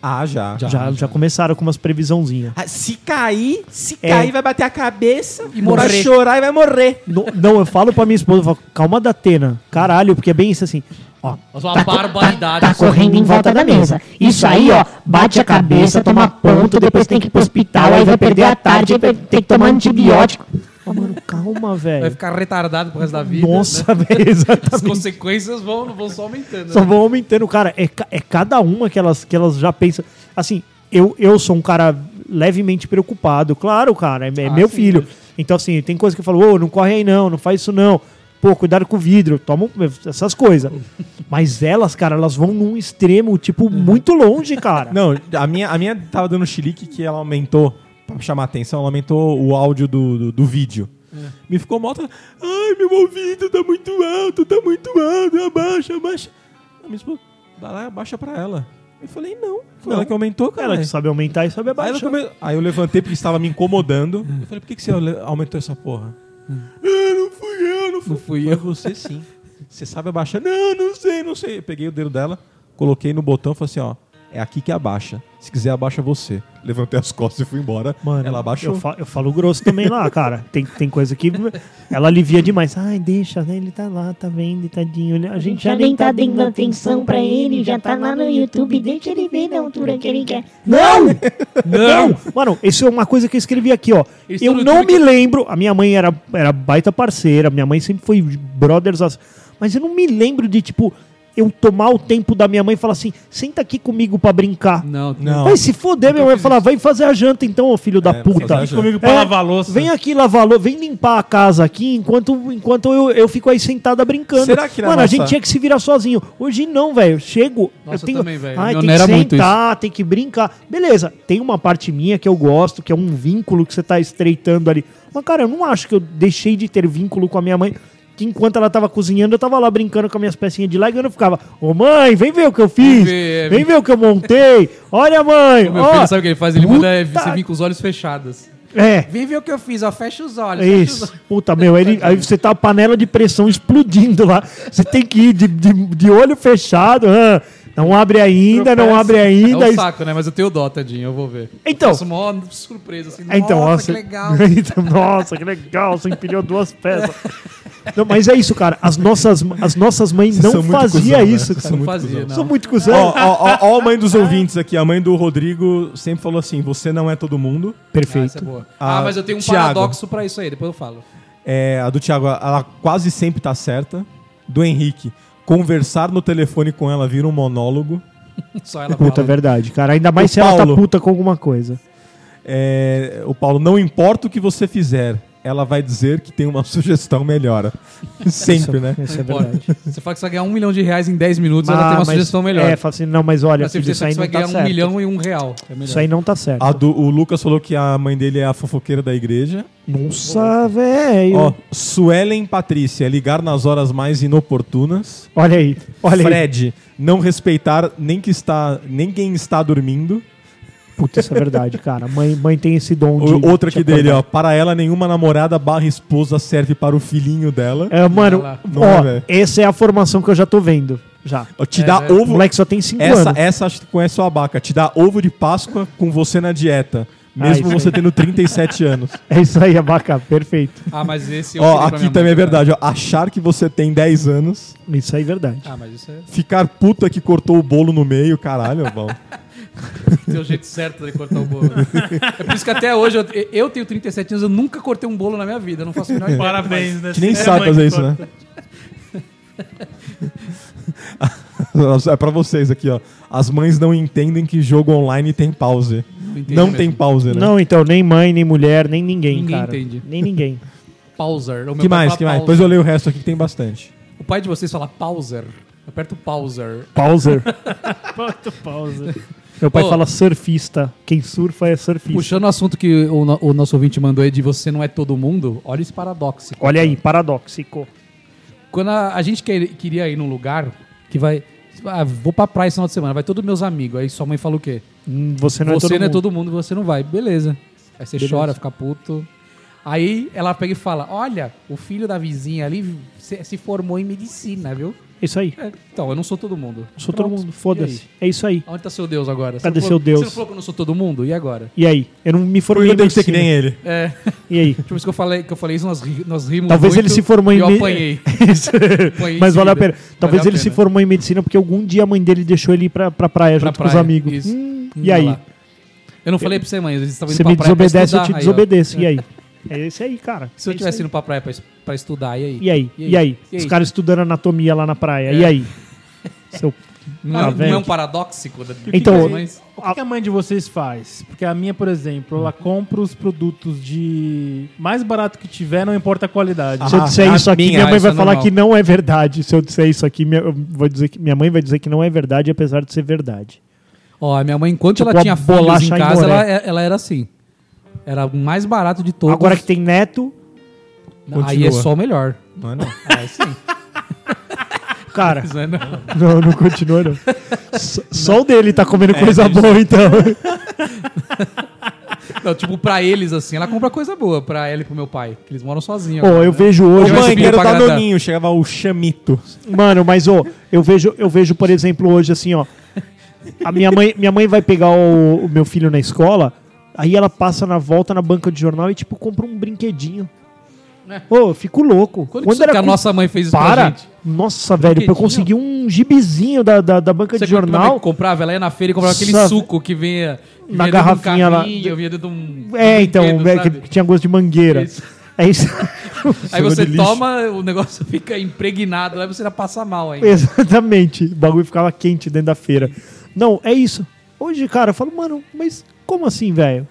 Speaker 3: Ah, já.
Speaker 5: Já, já, começaram com umas previsãozinhas.
Speaker 3: Ah, se cair, se
Speaker 5: É.
Speaker 3: cair, vai bater a cabeça e
Speaker 4: morrer.
Speaker 3: vai chorar e vai morrer.
Speaker 5: Não, não, eu falo pra minha esposa, eu falo, calma da Atena, caralho, porque é bem isso assim. Ó,
Speaker 4: Mas uma barbaridade.
Speaker 7: Tá correndo em volta da mesa. Isso aí, ó, bate a cabeça, toma ponto, depois tem que ir pro hospital, aí vai perder a tarde, aí vai ter que tomar antibiótico.
Speaker 5: ó, mano, calma,
Speaker 4: Vai
Speaker 5: velho.
Speaker 4: ficar retardado pro resto da vida. né?
Speaker 5: Nossa, velho,
Speaker 4: As
Speaker 5: exatamente.
Speaker 4: consequências vão, vão só aumentando. né?
Speaker 5: Só vão aumentando, cara. É, ca- é cada uma que elas, que elas já pensam. Assim, eu, eu sou um cara levemente preocupado, claro, cara. É,
Speaker 3: Ah,
Speaker 5: é meu filho. Então, assim, tem coisa que eu falo, ô, não corre aí não, não faz isso não. Pô, cuidado com o vidro, toma um- essas coisas. Mas elas, cara, elas vão num extremo, tipo, muito longe, cara.
Speaker 3: Uhum. Não, a minha, a minha tava dando chilique que ela aumentou, pra chamar atenção, ela aumentou o áudio do, do, do vídeo.
Speaker 5: É.
Speaker 3: Me ficou mal, tava, ai, meu ouvido tá muito alto, tá muito alto, abaixa, abaixa. A minha esposa, vai lá e abaixa pra ela. Eu falei, não, foi ela que aumentou, cara.
Speaker 5: Ela que sabe aumentar e sabe
Speaker 3: é. Aí, ela
Speaker 5: abaixar.
Speaker 3: come- aí eu levantei porque estava me incomodando. Eu falei, por que, que você ale- aumentou essa porra? Ah, não fui eu, não fui,
Speaker 4: Não fui
Speaker 3: Foi
Speaker 4: eu.
Speaker 3: você sim. Você sabe abaixar? Não, não sei, não sei. Eu peguei o dedo dela, coloquei no botão e falei assim, ó. É aqui que abaixa. Se quiser, abaixa você. Levantei as costas e fui embora.
Speaker 5: Mano,
Speaker 3: ela abaixou.
Speaker 5: Eu, fa- eu falo grosso também lá, cara. Tem, tem coisa que ela alivia demais. Ai, deixa, né? Ele tá lá, tá vendo, tadinho. Ele- A gente já nem tá dando atenção pra ele, já tá lá no YouTube. Deixa ele ver na altura que ele quer. Não! Não! Mano, isso é uma coisa que eu escrevi aqui, ó.
Speaker 4: Isso
Speaker 5: eu
Speaker 4: no
Speaker 5: não
Speaker 4: YouTube
Speaker 5: me lembro. A minha mãe era, era baita parceira, minha mãe sempre foi brothers. as- Mas eu não me lembro de, tipo, eu tomar o tempo da minha mãe e falar assim: senta aqui comigo pra brincar.
Speaker 4: Não,
Speaker 3: Não.
Speaker 5: Vai se foder, minha mãe vai falar, vai fazer a janta então, ô filho da
Speaker 3: É, fazer a
Speaker 5: puta.
Speaker 3: janta.
Speaker 6: Comigo pra lavar a louça.
Speaker 5: Vem aqui lavar a louça, vem limpar a casa aqui enquanto, enquanto eu, eu fico aí sentada brincando.
Speaker 3: Será que na
Speaker 5: Mano, a
Speaker 3: nossa-
Speaker 5: gente tinha que se virar sozinho. Hoje não, velho. Eu Chego.
Speaker 4: Nossa,
Speaker 5: eu tenho...
Speaker 4: eu também, velho.
Speaker 5: Ai, tem
Speaker 4: Meu
Speaker 5: que
Speaker 4: não era
Speaker 5: sentar,
Speaker 4: muito
Speaker 5: tem que brincar. Beleza, tem uma parte minha que eu gosto, que é um vínculo que você tá estreitando ali. Mas, cara, eu não acho que eu deixei de ter vínculo com a minha mãe. Que enquanto ela tava cozinhando, eu tava lá brincando com as minhas pecinhas de Lego e eu não ficava, ô mãe, vem ver o que eu fiz,
Speaker 4: ver, é,
Speaker 5: vem ver o que eu montei, olha mãe,
Speaker 4: O meu
Speaker 5: ó,
Speaker 4: filho sabe o que ele faz? Ele manda
Speaker 5: puta-
Speaker 4: você vir com os olhos fechados.
Speaker 5: É,
Speaker 4: Vem ver o que eu fiz, ó. Fecha os olhos.
Speaker 5: É isso. Puta, meu, ele- aí você tá a panela de pressão explodindo lá. Você tem que ir de, de, de olho fechado. ah, não abre ainda, não abre
Speaker 4: É
Speaker 5: ainda.
Speaker 4: um
Speaker 5: isso-
Speaker 4: saco, né? Mas eu tenho dó, tadinho. Eu vou ver.
Speaker 5: Então.
Speaker 4: Eu faço mó surpresa, assim.
Speaker 5: É, então,
Speaker 4: Nossa,
Speaker 5: nossa,
Speaker 4: que legal.
Speaker 5: Então, nossa, que legal, você empilhou duas peças. Não, mas é isso, cara. As nossas, as nossas mães
Speaker 3: Vocês
Speaker 5: não
Speaker 3: são muito
Speaker 5: faziam
Speaker 3: cuzão, né?
Speaker 5: isso,
Speaker 3: Vocês
Speaker 5: cara.
Speaker 3: são muito
Speaker 4: fazia,
Speaker 3: cuzão.
Speaker 4: não.
Speaker 5: Sou muito
Speaker 3: Ó,
Speaker 5: cuzão.
Speaker 3: ó, ó, ó, a mãe dos ouvintes aqui. A mãe do Rodrigo sempre falou assim: você não é todo mundo.
Speaker 4: Ah,
Speaker 5: Perfeito.
Speaker 4: essa é boa. Ah,
Speaker 3: Ah,
Speaker 4: mas eu tenho um
Speaker 3: Thiago.
Speaker 4: paradoxo pra isso aí. Depois eu falo.
Speaker 3: É, a do Thiago, ela quase sempre tá certa. Do Henrique, conversar no telefone com ela vira um monólogo.
Speaker 4: Só ela
Speaker 5: Puta, é
Speaker 4: fala.
Speaker 5: verdade, cara. Ainda mais
Speaker 3: O
Speaker 5: se ela tá
Speaker 3: Paulo.
Speaker 5: puta com alguma coisa.
Speaker 3: É, o Paulo, não importa o que você fizer, ela vai dizer que tem uma sugestão melhora. sempre, né?
Speaker 5: Isso é
Speaker 4: Não importa.
Speaker 5: verdade.
Speaker 4: Você fala que você vai ganhar um milhão de reais em 10 minutos, ela
Speaker 5: Ah,
Speaker 4: tem uma
Speaker 5: mas-
Speaker 4: sugestão melhor.
Speaker 5: É, fala assim, não, mas olha,
Speaker 4: Mas se
Speaker 5: filho,
Speaker 4: você
Speaker 5: isso aí
Speaker 4: você
Speaker 5: não
Speaker 4: vai
Speaker 5: tá
Speaker 4: ganhar um
Speaker 5: certo.
Speaker 4: milhão e um real. É melhor.
Speaker 5: Isso aí não tá certo.
Speaker 3: A do- o Lucas falou que a mãe dele é a fofoqueira da igreja.
Speaker 5: Nossa, velho.
Speaker 3: Ó, Suelen Patrícia, ligar nas horas mais inoportunas.
Speaker 5: Olha aí, olha aí.
Speaker 3: Fred, não respeitar nem que está, nem quem está dormindo.
Speaker 5: Puta, isso é verdade, cara. Mãe, mãe tem esse dom de.
Speaker 3: O- outra
Speaker 5: de
Speaker 3: aqui dele,
Speaker 5: acordar.
Speaker 3: ó. Para ela, nenhuma namorada barra esposa serve para o filhinho dela.
Speaker 5: É, mano,
Speaker 4: Olha lá.
Speaker 3: Não é,
Speaker 5: ó,
Speaker 3: velho?
Speaker 5: essa é a formação que eu já tô vendo. Já.
Speaker 3: Ó, Te dá
Speaker 4: né?
Speaker 5: O
Speaker 3: ovo.
Speaker 5: É, moleque só tem 5
Speaker 3: Essa,
Speaker 5: anos.
Speaker 3: essa acho que conhece o abaca. Te dá ovo de Páscoa com você na dieta. Mesmo
Speaker 5: isso
Speaker 3: você
Speaker 5: aí.
Speaker 3: tendo 37 anos.
Speaker 5: É isso aí, abaca. Perfeito.
Speaker 4: Ah, mas esse eu
Speaker 3: Ó,
Speaker 4: queria pra
Speaker 3: aqui
Speaker 4: minha
Speaker 3: também
Speaker 4: mãe, né?
Speaker 3: é
Speaker 4: cara.
Speaker 3: verdade, ó. Achar que você tem 10 anos.
Speaker 5: Isso aí é verdade.
Speaker 4: Ah, mas isso é
Speaker 3: Ficar puta que cortou o bolo no meio, caralho, bom.
Speaker 4: tem o jeito certo de cortar o bolo. É por isso que até hoje eu, eu tenho 37 anos, eu nunca cortei um bolo na minha vida. Eu não faço a menor ideia.
Speaker 6: Parabéns, né?
Speaker 3: A gente nem
Speaker 6: Você é
Speaker 3: sabe
Speaker 6: mãe
Speaker 3: fazer
Speaker 6: que
Speaker 3: isso, né? é pra vocês aqui, ó. As mães não entendem que jogo online tem pause.
Speaker 4: entende
Speaker 3: Não
Speaker 4: mesmo.
Speaker 3: tem pause, né?
Speaker 5: Não, então, nem mãe, nem mulher, nem ninguém,
Speaker 4: Ninguém
Speaker 5: cara.
Speaker 4: entende.
Speaker 5: Nem ninguém.
Speaker 4: Pauser. é O meu
Speaker 3: Que
Speaker 4: pai
Speaker 3: mais,
Speaker 4: fala
Speaker 3: que mais?
Speaker 4: pauser.
Speaker 3: Depois eu leio o resto aqui que tem bastante.
Speaker 4: O pai de vocês fala pauser. Aperta o pauser.
Speaker 5: Pauser.
Speaker 6: corta. Pausa.
Speaker 5: Meu pai
Speaker 4: Ô.
Speaker 5: fala surfista. Quem surfa é surfista.
Speaker 4: Puxando o assunto que o, no- o nosso ouvinte mandou aí de você não é todo mundo, olha esse paradoxo.
Speaker 5: Olha aí, paradoxico.
Speaker 4: Quando a, a gente que- queria ir num lugar que vai. Ah, vou pra praia esse final de semana, vai todos meus amigos. Aí sua mãe fala o quê?
Speaker 5: Hum, Você não é
Speaker 4: você
Speaker 5: todo
Speaker 4: não é
Speaker 5: mundo.
Speaker 4: todo mundo, você não vai. Beleza. Aí você chora, fica puto. Aí ela pega e fala: Olha, o filho da vizinha ali se, se formou em medicina, viu?
Speaker 5: Isso aí.
Speaker 4: É, então, eu não sou todo mundo.
Speaker 5: Sou todo
Speaker 4: Pronto.
Speaker 5: mundo.
Speaker 4: E
Speaker 5: Foda-se. É
Speaker 4: aí?
Speaker 5: isso aí.
Speaker 4: Onde tá seu Deus agora?
Speaker 5: Cadê
Speaker 4: não falou-
Speaker 5: seu Deus?
Speaker 4: Você não falou que eu não sou todo mundo? E agora?
Speaker 5: E aí? Eu não me
Speaker 3: Por
Speaker 5: formei
Speaker 3: que
Speaker 5: em
Speaker 3: tem que ser que
Speaker 5: medicina.
Speaker 3: nem ele?
Speaker 4: É,
Speaker 5: E aí?
Speaker 4: tipo isso que eu falei, que eu falei isso, nós, ri- nós rimos
Speaker 5: Talvez
Speaker 4: muito
Speaker 5: ele se formou
Speaker 4: e
Speaker 5: em
Speaker 4: eu
Speaker 5: me-
Speaker 4: apanhei.
Speaker 5: Isso.
Speaker 4: Apanhei
Speaker 5: Mas
Speaker 4: em
Speaker 5: vale a
Speaker 4: seguida.
Speaker 5: pena. Talvez
Speaker 4: Valeu a
Speaker 5: ele se
Speaker 4: pena.
Speaker 5: formou em medicina porque algum dia a mãe dele deixou ele ir pra, pra praia
Speaker 4: Pra
Speaker 5: junto com os
Speaker 4: praia,
Speaker 5: amigos.
Speaker 4: isso.
Speaker 5: Hum, e
Speaker 4: Hum, olha
Speaker 5: aí?
Speaker 4: lá. Eu não falei pra você, mãe. Eles estavam indo
Speaker 5: Você
Speaker 4: pra
Speaker 5: me
Speaker 4: praia pra
Speaker 5: desobedece, eu
Speaker 4: estudar.
Speaker 5: te
Speaker 4: Aí, ó.
Speaker 5: desobedeço. E aí? É esse aí, cara.
Speaker 4: Se eu
Speaker 5: É
Speaker 4: tivesse
Speaker 5: isso
Speaker 4: indo pra praia pra, es- pra estudar, e aí? É.
Speaker 5: aí. E aí? E aí? Os caras estudando anatomia lá na praia. E aí? Seu-
Speaker 4: Não,
Speaker 5: Ah,
Speaker 4: é- não é
Speaker 5: velho.
Speaker 4: um paradoxo? da-
Speaker 5: Então,
Speaker 4: é mas...
Speaker 6: O que, que a mãe de vocês faz? Porque a minha, por exemplo, ela compra os produtos de mais barato que tiver, não importa a qualidade.
Speaker 5: Se eu disser
Speaker 4: a
Speaker 5: isso aqui,
Speaker 4: minha,
Speaker 5: minha, mãe
Speaker 4: isso
Speaker 5: vai
Speaker 4: é
Speaker 5: falar
Speaker 4: normal.
Speaker 5: que não é verdade. Se eu disser isso aqui, minha, eu vou dizer que, minha mãe vai dizer que não é verdade, apesar de ser verdade.
Speaker 4: Ó, a minha mãe, enquanto
Speaker 5: Tipo
Speaker 4: ela
Speaker 5: a
Speaker 4: tinha filhos em
Speaker 5: bolacha
Speaker 4: casa, ela,
Speaker 5: Aimoré.
Speaker 4: ela era assim. Era o mais barato de todos.
Speaker 5: Agora que tem neto,
Speaker 4: Não, Aí é
Speaker 3: Continua.
Speaker 4: só o melhor.
Speaker 3: Não é não.
Speaker 4: Aí sim.
Speaker 5: cara,
Speaker 4: Isso é não.
Speaker 5: não, não continua não. Só, só o dele tá
Speaker 4: É,
Speaker 5: comendo coisa boa, então.
Speaker 4: Não, tipo, pra eles, assim, ela compra coisa boa. Pra ela e pro meu pai. Que eles moram sozinhos.
Speaker 5: Pô, eu vejo hoje. assim,
Speaker 3: Ô,
Speaker 4: Eu
Speaker 3: mãe,
Speaker 4: recebi
Speaker 3: quero
Speaker 4: pra
Speaker 3: dar
Speaker 4: agradar.
Speaker 3: noninho. Chegava o chamito.
Speaker 5: Mano, mas ô, eu vejo, eu vejo, por exemplo, hoje assim, ó. A minha mãe, minha mãe vai pegar o, o meu filho na escola, aí ela passa na volta na banca de jornal e tipo compra um brinquedinho. Ô, eu fico louco.
Speaker 4: Quando, que, isso- que a
Speaker 5: cu-
Speaker 4: nossa mãe fez isso pra
Speaker 5: para.
Speaker 4: gente?
Speaker 5: Nossa, velho, pra eu conseguir um gibizinho da, da, da banca
Speaker 4: Você
Speaker 5: de
Speaker 4: que minha mãe
Speaker 5: jornal.
Speaker 4: comprava, ela ia na feira e comprava aquele
Speaker 5: Sabe?
Speaker 4: suco que vinha... que
Speaker 5: Na
Speaker 4: vinha dentro de um
Speaker 5: garrafinha lá.
Speaker 4: carrinho, vinha dentro de um...
Speaker 5: É, então,
Speaker 4: brinquedo,
Speaker 5: é, que,
Speaker 4: sabe?
Speaker 5: que tinha gosto de mangueira.
Speaker 4: Isso.
Speaker 5: É isso.
Speaker 4: Aí
Speaker 3: Chegou
Speaker 4: você
Speaker 3: de lixo.
Speaker 4: toma, o negócio fica impregnado, aí você já passa mal ainda.
Speaker 5: Exatamente. O bagulho ficava quente dentro da feira. Não, é isso. Hoje, cara, eu falo, mano, mas como assim, velho?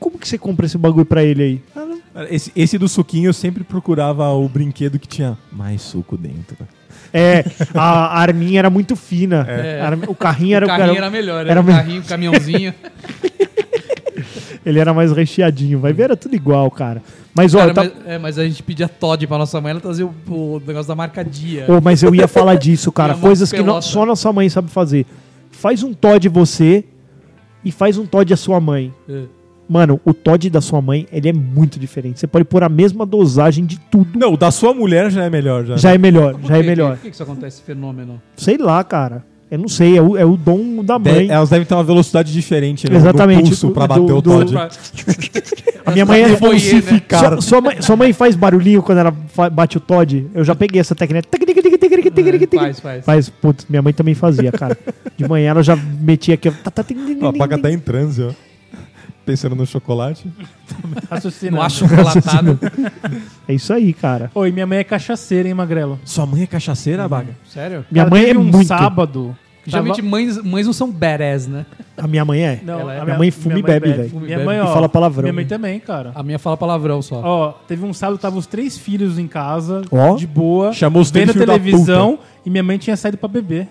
Speaker 5: Como que você compra esse bagulho pra ele aí? Ah, não.
Speaker 3: Esse, esse do suquinho eu sempre procurava o brinquedo que tinha mais suco dentro.
Speaker 5: É, a arminha era muito fina. A arm- O carrinho era o
Speaker 4: É. o carrinho
Speaker 5: cara-
Speaker 4: era melhor,
Speaker 5: era
Speaker 4: era o
Speaker 5: me-
Speaker 4: carrinho, o caminhãozinho.
Speaker 5: Ele era mais recheadinho. Vai ver, era tudo igual, cara. Mas, ó,
Speaker 4: Cara,
Speaker 5: eu tava-
Speaker 4: mas, é, mas a gente pedia Todd pra nossa mãe, ela trazia o, o negócio da marca Dia.
Speaker 5: Ô, mas eu ia falar disso, cara.
Speaker 4: Ia uma
Speaker 5: Coisas que
Speaker 4: pelota.
Speaker 5: no- só nossa mãe sabe fazer. Faz um Todd você e faz um Todd a sua mãe.
Speaker 4: É.
Speaker 5: Mano, o Todd da sua mãe, ele é muito diferente. Você pode pôr a mesma dosagem de tudo.
Speaker 3: Não, o da sua mulher já é melhor. Já.
Speaker 5: Já é melhor,
Speaker 4: Por
Speaker 5: já é
Speaker 4: quê?
Speaker 5: melhor.
Speaker 4: Por que que isso acontece, esse fenômeno?
Speaker 5: Sei lá, cara. Eu não sei, é o, é o dom da
Speaker 3: De-
Speaker 5: mãe.
Speaker 3: elas devem ter uma velocidade diferente, né?
Speaker 5: Exatamente.
Speaker 3: Do pulso pra
Speaker 5: Do-
Speaker 3: bater
Speaker 5: do-
Speaker 3: o Todd.
Speaker 4: Pra-
Speaker 5: A minha mãe é
Speaker 4: Foi, né?
Speaker 5: falsificada. Sua, sua mãe, sua mãe faz barulhinho quando ela fa- bate o Todd? Eu já peguei essa técnica. né? Tic, tic, tic, tic, tic, tic, tic.
Speaker 4: faz, faz.
Speaker 5: Faz, putz, minha mãe também fazia, cara. De manhã ela já metia aqui. ó, tá, tá, tim, tim,
Speaker 3: Ó, A
Speaker 5: tim,
Speaker 3: paca
Speaker 5: tim.
Speaker 3: tá em transe, ó. Pensando no chocolate.
Speaker 6: Raciocínio.
Speaker 4: Não acho chocolatado.
Speaker 5: É isso aí, cara.
Speaker 6: Oi, minha mãe é cachaceira, hein, Magrelo?
Speaker 3: Sua mãe é cachaceira, Baga?
Speaker 4: Sério?
Speaker 5: Minha
Speaker 6: Cara,
Speaker 5: mãe
Speaker 6: teve
Speaker 5: é
Speaker 6: um
Speaker 5: muito.
Speaker 6: sábado. que tava-
Speaker 4: Geralmente mães, mães não são badass, né?
Speaker 5: A minha mãe é.
Speaker 6: Não,
Speaker 4: Ela é-
Speaker 6: a
Speaker 4: minha
Speaker 5: mãe fuma
Speaker 6: minha
Speaker 5: e bebe, velho.
Speaker 6: Fuma e
Speaker 4: Minha
Speaker 6: bebe.
Speaker 4: mãe,
Speaker 5: ó, E fala palavrão.
Speaker 6: Minha mãe também, cara.
Speaker 4: A minha fala palavrão só.
Speaker 6: Ó, teve um sábado, tava os três filhos em casa,
Speaker 5: Ó.
Speaker 6: de boa,
Speaker 3: Chamou os três
Speaker 6: vendo
Speaker 3: filhos da
Speaker 6: televisão, e minha mãe tinha saído pra beber.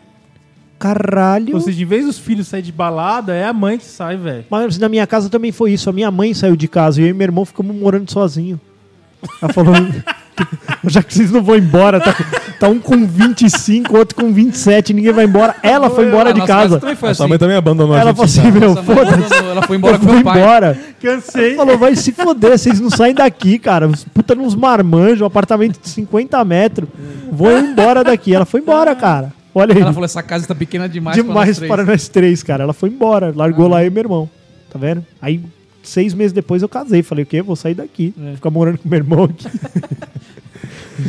Speaker 5: Caralho.
Speaker 6: Ou seja, em vez dos filhos saírem de balada, é a mãe que sai, velho.
Speaker 5: Mas assim, na minha casa também foi isso. A minha mãe saiu de casa e eu e meu irmão ficamos morando sozinho. Ela falou: já que vocês não vão embora, tá, tá um com 25, outro com 27, ninguém vai embora. Ela foi embora
Speaker 4: Ah,
Speaker 5: de
Speaker 4: nossa,
Speaker 5: casa.
Speaker 4: mas também foi
Speaker 3: A
Speaker 4: assim.
Speaker 3: sua mãe também abandonou a
Speaker 5: Ela
Speaker 3: gente. né?
Speaker 5: falou assim:
Speaker 3: cara.
Speaker 5: meu,
Speaker 4: Nossa, mas
Speaker 5: foda-se.
Speaker 4: ela- Ela foi
Speaker 5: Eu
Speaker 4: embora com
Speaker 5: fui
Speaker 4: meu pai.
Speaker 5: embora.
Speaker 6: Cansei.
Speaker 5: Falou, vai se foder, vocês não saem daqui, cara. Os puta nos marmanjos, um apartamento de 50 metros. Vou embora daqui. Ela foi embora, cara. Olha aí.
Speaker 4: Ela falou, essa casa tá pequena demais,
Speaker 5: demais para
Speaker 4: para nós Ah.
Speaker 5: nós três, cara. Ela foi embora, largou lá eu e meu irmão. Tá vendo? Aí, seis meses depois, eu casei. Falei, o quê? Vou sair daqui.
Speaker 4: É.
Speaker 5: Ficar morando com meu irmão aqui.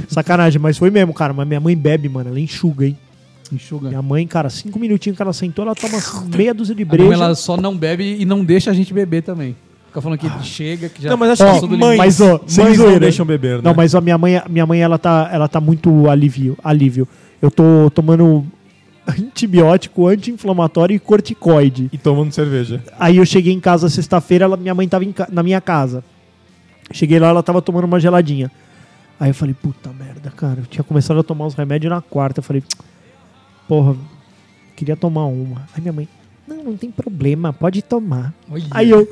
Speaker 5: Sacanagem, mas foi mesmo, cara. Mas minha mãe bebe, mano. Ela enxuga, hein?
Speaker 4: três. Enxuga.
Speaker 5: Minha mãe, cara, cinco minutinhos que ela sentou, ela toma meia dúzia de
Speaker 4: A minha mãe,
Speaker 5: breja.
Speaker 4: ela só não bebe e não deixa a gente beber também. Fica falando que
Speaker 5: Ah.
Speaker 4: chega, que já
Speaker 3: Não, mas acho
Speaker 5: Ó,
Speaker 4: passou do
Speaker 3: mãe-
Speaker 4: limite.
Speaker 5: mas, ó,
Speaker 3: Vocês
Speaker 5: mas,
Speaker 3: não
Speaker 5: ó,
Speaker 3: deixam beber, né?
Speaker 5: Não, mas a minha mãe, minha mãe ela, tá, ela tá muito alívio, alívio. Eu tô tomando antibiótico, anti-inflamatório e corticoide.
Speaker 3: E tomando cerveja.
Speaker 5: Aí eu cheguei em casa sexta-feira, ela- minha mãe tava em ca- na minha casa. Cheguei lá, ela tava tomando uma geladinha. Aí eu falei, puta merda, cara. Eu tinha começado a tomar os remédios na quarta. Eu falei, porra, queria tomar uma. Aí minha mãe, não, não tem problema, pode tomar.
Speaker 4: Olha.
Speaker 5: Aí eu,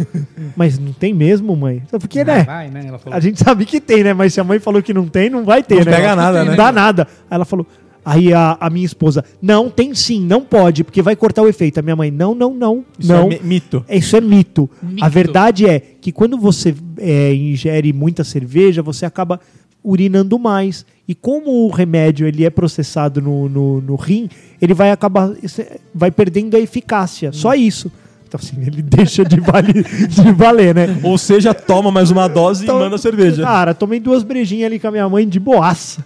Speaker 5: mas não tem mesmo, mãe? Eu Porque, né?
Speaker 4: Vai, né? Ela falou.
Speaker 5: A gente sabe que tem, né? Mas se a mãe falou que não tem, não vai ter,
Speaker 3: Não
Speaker 5: né?
Speaker 3: pega nada,
Speaker 5: não
Speaker 3: né?
Speaker 5: dá nada. Aí ela falou. Aí a, a minha esposa, não, tem sim, não pode, porque vai cortar o efeito. A minha mãe, não, não, não,
Speaker 3: Isso
Speaker 5: não.
Speaker 3: é mi- mito.
Speaker 5: É, Isso é mito.
Speaker 4: Mito.
Speaker 5: A verdade é que quando você é, ingere muita cerveja, você acaba urinando mais. E como o remédio ele é processado no, no, no rim, ele vai acabar esse- vai perdendo a eficácia.
Speaker 4: Hum.
Speaker 5: Só isso. Então assim, ele deixa de, vale- de valer, né?
Speaker 3: Ou seja, toma mais uma dose
Speaker 5: Então,
Speaker 3: e manda cerveja.
Speaker 5: Cara, tomei duas brejinhas ali com a minha mãe de boaça.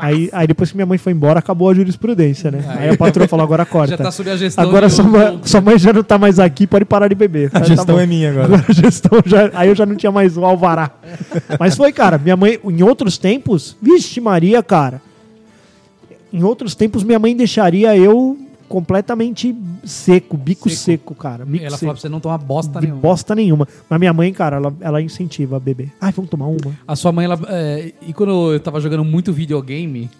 Speaker 5: Aí, aí depois que minha mãe foi embora, acabou a jurisprudência, né? Aí a patroa falou, agora corta.
Speaker 4: Já tá sob a gestão.
Speaker 5: Agora
Speaker 4: de-
Speaker 5: sua mãe, sua mãe já não tá mais aqui, pode parar de beber.
Speaker 3: a
Speaker 5: Tá
Speaker 3: gestão
Speaker 5: bom.
Speaker 3: é minha agora.
Speaker 5: Agora a gestão já. Aí eu já não tinha mais o alvará. Mas foi, cara. Minha mãe, em outros tempos, vixe Maria, cara. Em outros tempos, minha mãe deixaria eu completamente seco, bico seco,
Speaker 4: Seco.
Speaker 5: cara.
Speaker 4: Ela
Speaker 5: Bico
Speaker 4: falou pra
Speaker 5: seco.
Speaker 4: você não tomar bosta
Speaker 5: De
Speaker 4: nenhuma.
Speaker 5: bosta nenhuma. Mas minha mãe, cara, ela, ela incentiva a beber. Ai, vamos tomar uma.
Speaker 4: A sua mãe, ela. é, e quando eu tava jogando muito videogame,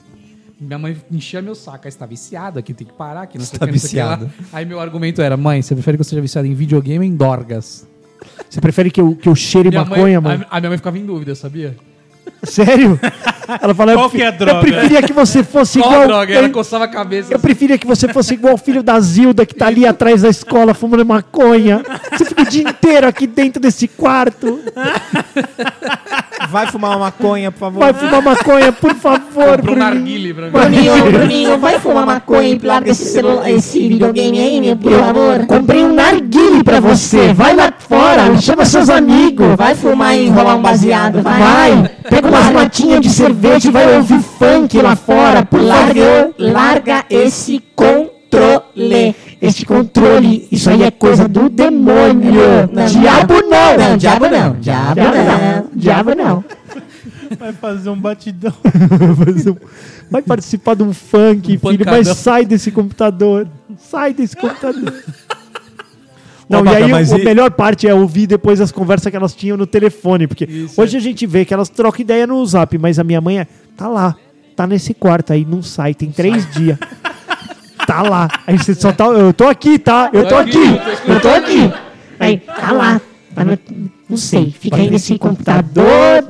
Speaker 4: minha mãe enchia meu saco. Aí você tá viciado aqui, tem que parar aqui, não sei o
Speaker 3: tá
Speaker 4: que, não sei o que lá.
Speaker 3: viciado.
Speaker 4: Aí meu argumento era, mãe, você prefere que eu seja viciado em videogame ou em Dorgas?
Speaker 5: Você prefere que eu, que eu cheire
Speaker 4: Minha
Speaker 5: maconha,
Speaker 4: mãe,
Speaker 5: mano?
Speaker 4: A, a minha mãe ficava em dúvida, sabia?
Speaker 5: Sério? Ela fala,
Speaker 6: Qual
Speaker 5: eu,
Speaker 6: que é a
Speaker 5: pre-
Speaker 6: droga?
Speaker 5: eu preferia que você fosse
Speaker 4: Qual
Speaker 5: igual.
Speaker 4: droga?
Speaker 5: eu,
Speaker 4: Ela coçava a cabeça. assim,
Speaker 5: eu preferia que você fosse igual o filho da Zilda que tá ali atrás da escola fumando maconha. Você fica o dia inteiro aqui dentro desse quarto.
Speaker 3: Vai fumar uma maconha, por favor.
Speaker 5: Vai fumar maconha, por favor. Bruninho.
Speaker 4: Pro um narguile pra mim.
Speaker 7: Bruninho, Bruninho, vai fumar maconha e larga esse, celular, esse videogame aí, meu, por favor. Comprei um narguile pra você. Vai lá fora, chama seus amigos. Vai fumar e enrolar um baseado, vai. Vai, pega umas latinhas de cerveja e vai ouvir funk lá fora. Larga, larga esse controle. Este controle. controle. Isso aí é coisa do demônio.
Speaker 8: Não,
Speaker 7: diabo não.
Speaker 8: Não, diabo não, diabo não.
Speaker 7: Diabo não.
Speaker 6: Vai fazer um batidão.
Speaker 5: Fazer um- Vai participar de um funk,
Speaker 4: Um
Speaker 5: filho, mas
Speaker 4: pancadão.
Speaker 5: sai desse computador. Sai desse computador. Não,
Speaker 3: Babaca,
Speaker 5: e aí
Speaker 3: mas
Speaker 5: a
Speaker 3: e-
Speaker 5: melhor parte é ouvir depois as conversas que elas tinham no telefone, porque hoje a gente vê que elas trocam ideia no zap, mas a minha mãe é, tá lá, tá nesse quarto aí, não sai, tem três dias. Tá lá. Aí você só tá, eu tô aqui, tá? Eu tô aqui.
Speaker 7: Eu tô aqui. Aí, tá lá. Mas não, não sei, fica aí nesse computador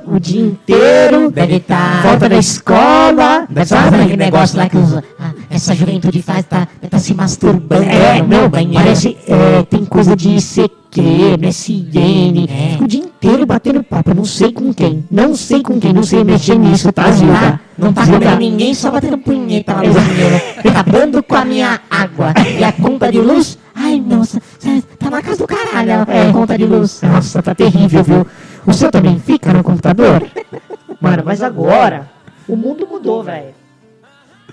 Speaker 7: o dia inteiro.
Speaker 8: Deve estar.
Speaker 7: Volta da escola.
Speaker 8: Deve
Speaker 7: Sabe
Speaker 8: tá
Speaker 7: tá aquele negócio lá que os- ah, essa juventude faz, tá, tá se masturbando. É, não, parece, é, tem coisa de né? ICQ, MSN.
Speaker 8: É.
Speaker 7: Fica o dia inteiro batendo papo, eu não sei com quem. Não sei com quem, não sei mexer nisso, tá, Zilda?
Speaker 8: lá, não tá
Speaker 7: Zilda.
Speaker 8: comendo ninguém, só batendo punheta lá no banheiro. Acabando com a minha água. E a conta de luz? Ai, nossa, cê tá na casa do caralho
Speaker 7: É.
Speaker 8: a conta de luz.
Speaker 7: Nossa, tá terrível, viu? O seu também fica no computador? Mano, mas agora o mundo mudou, velho.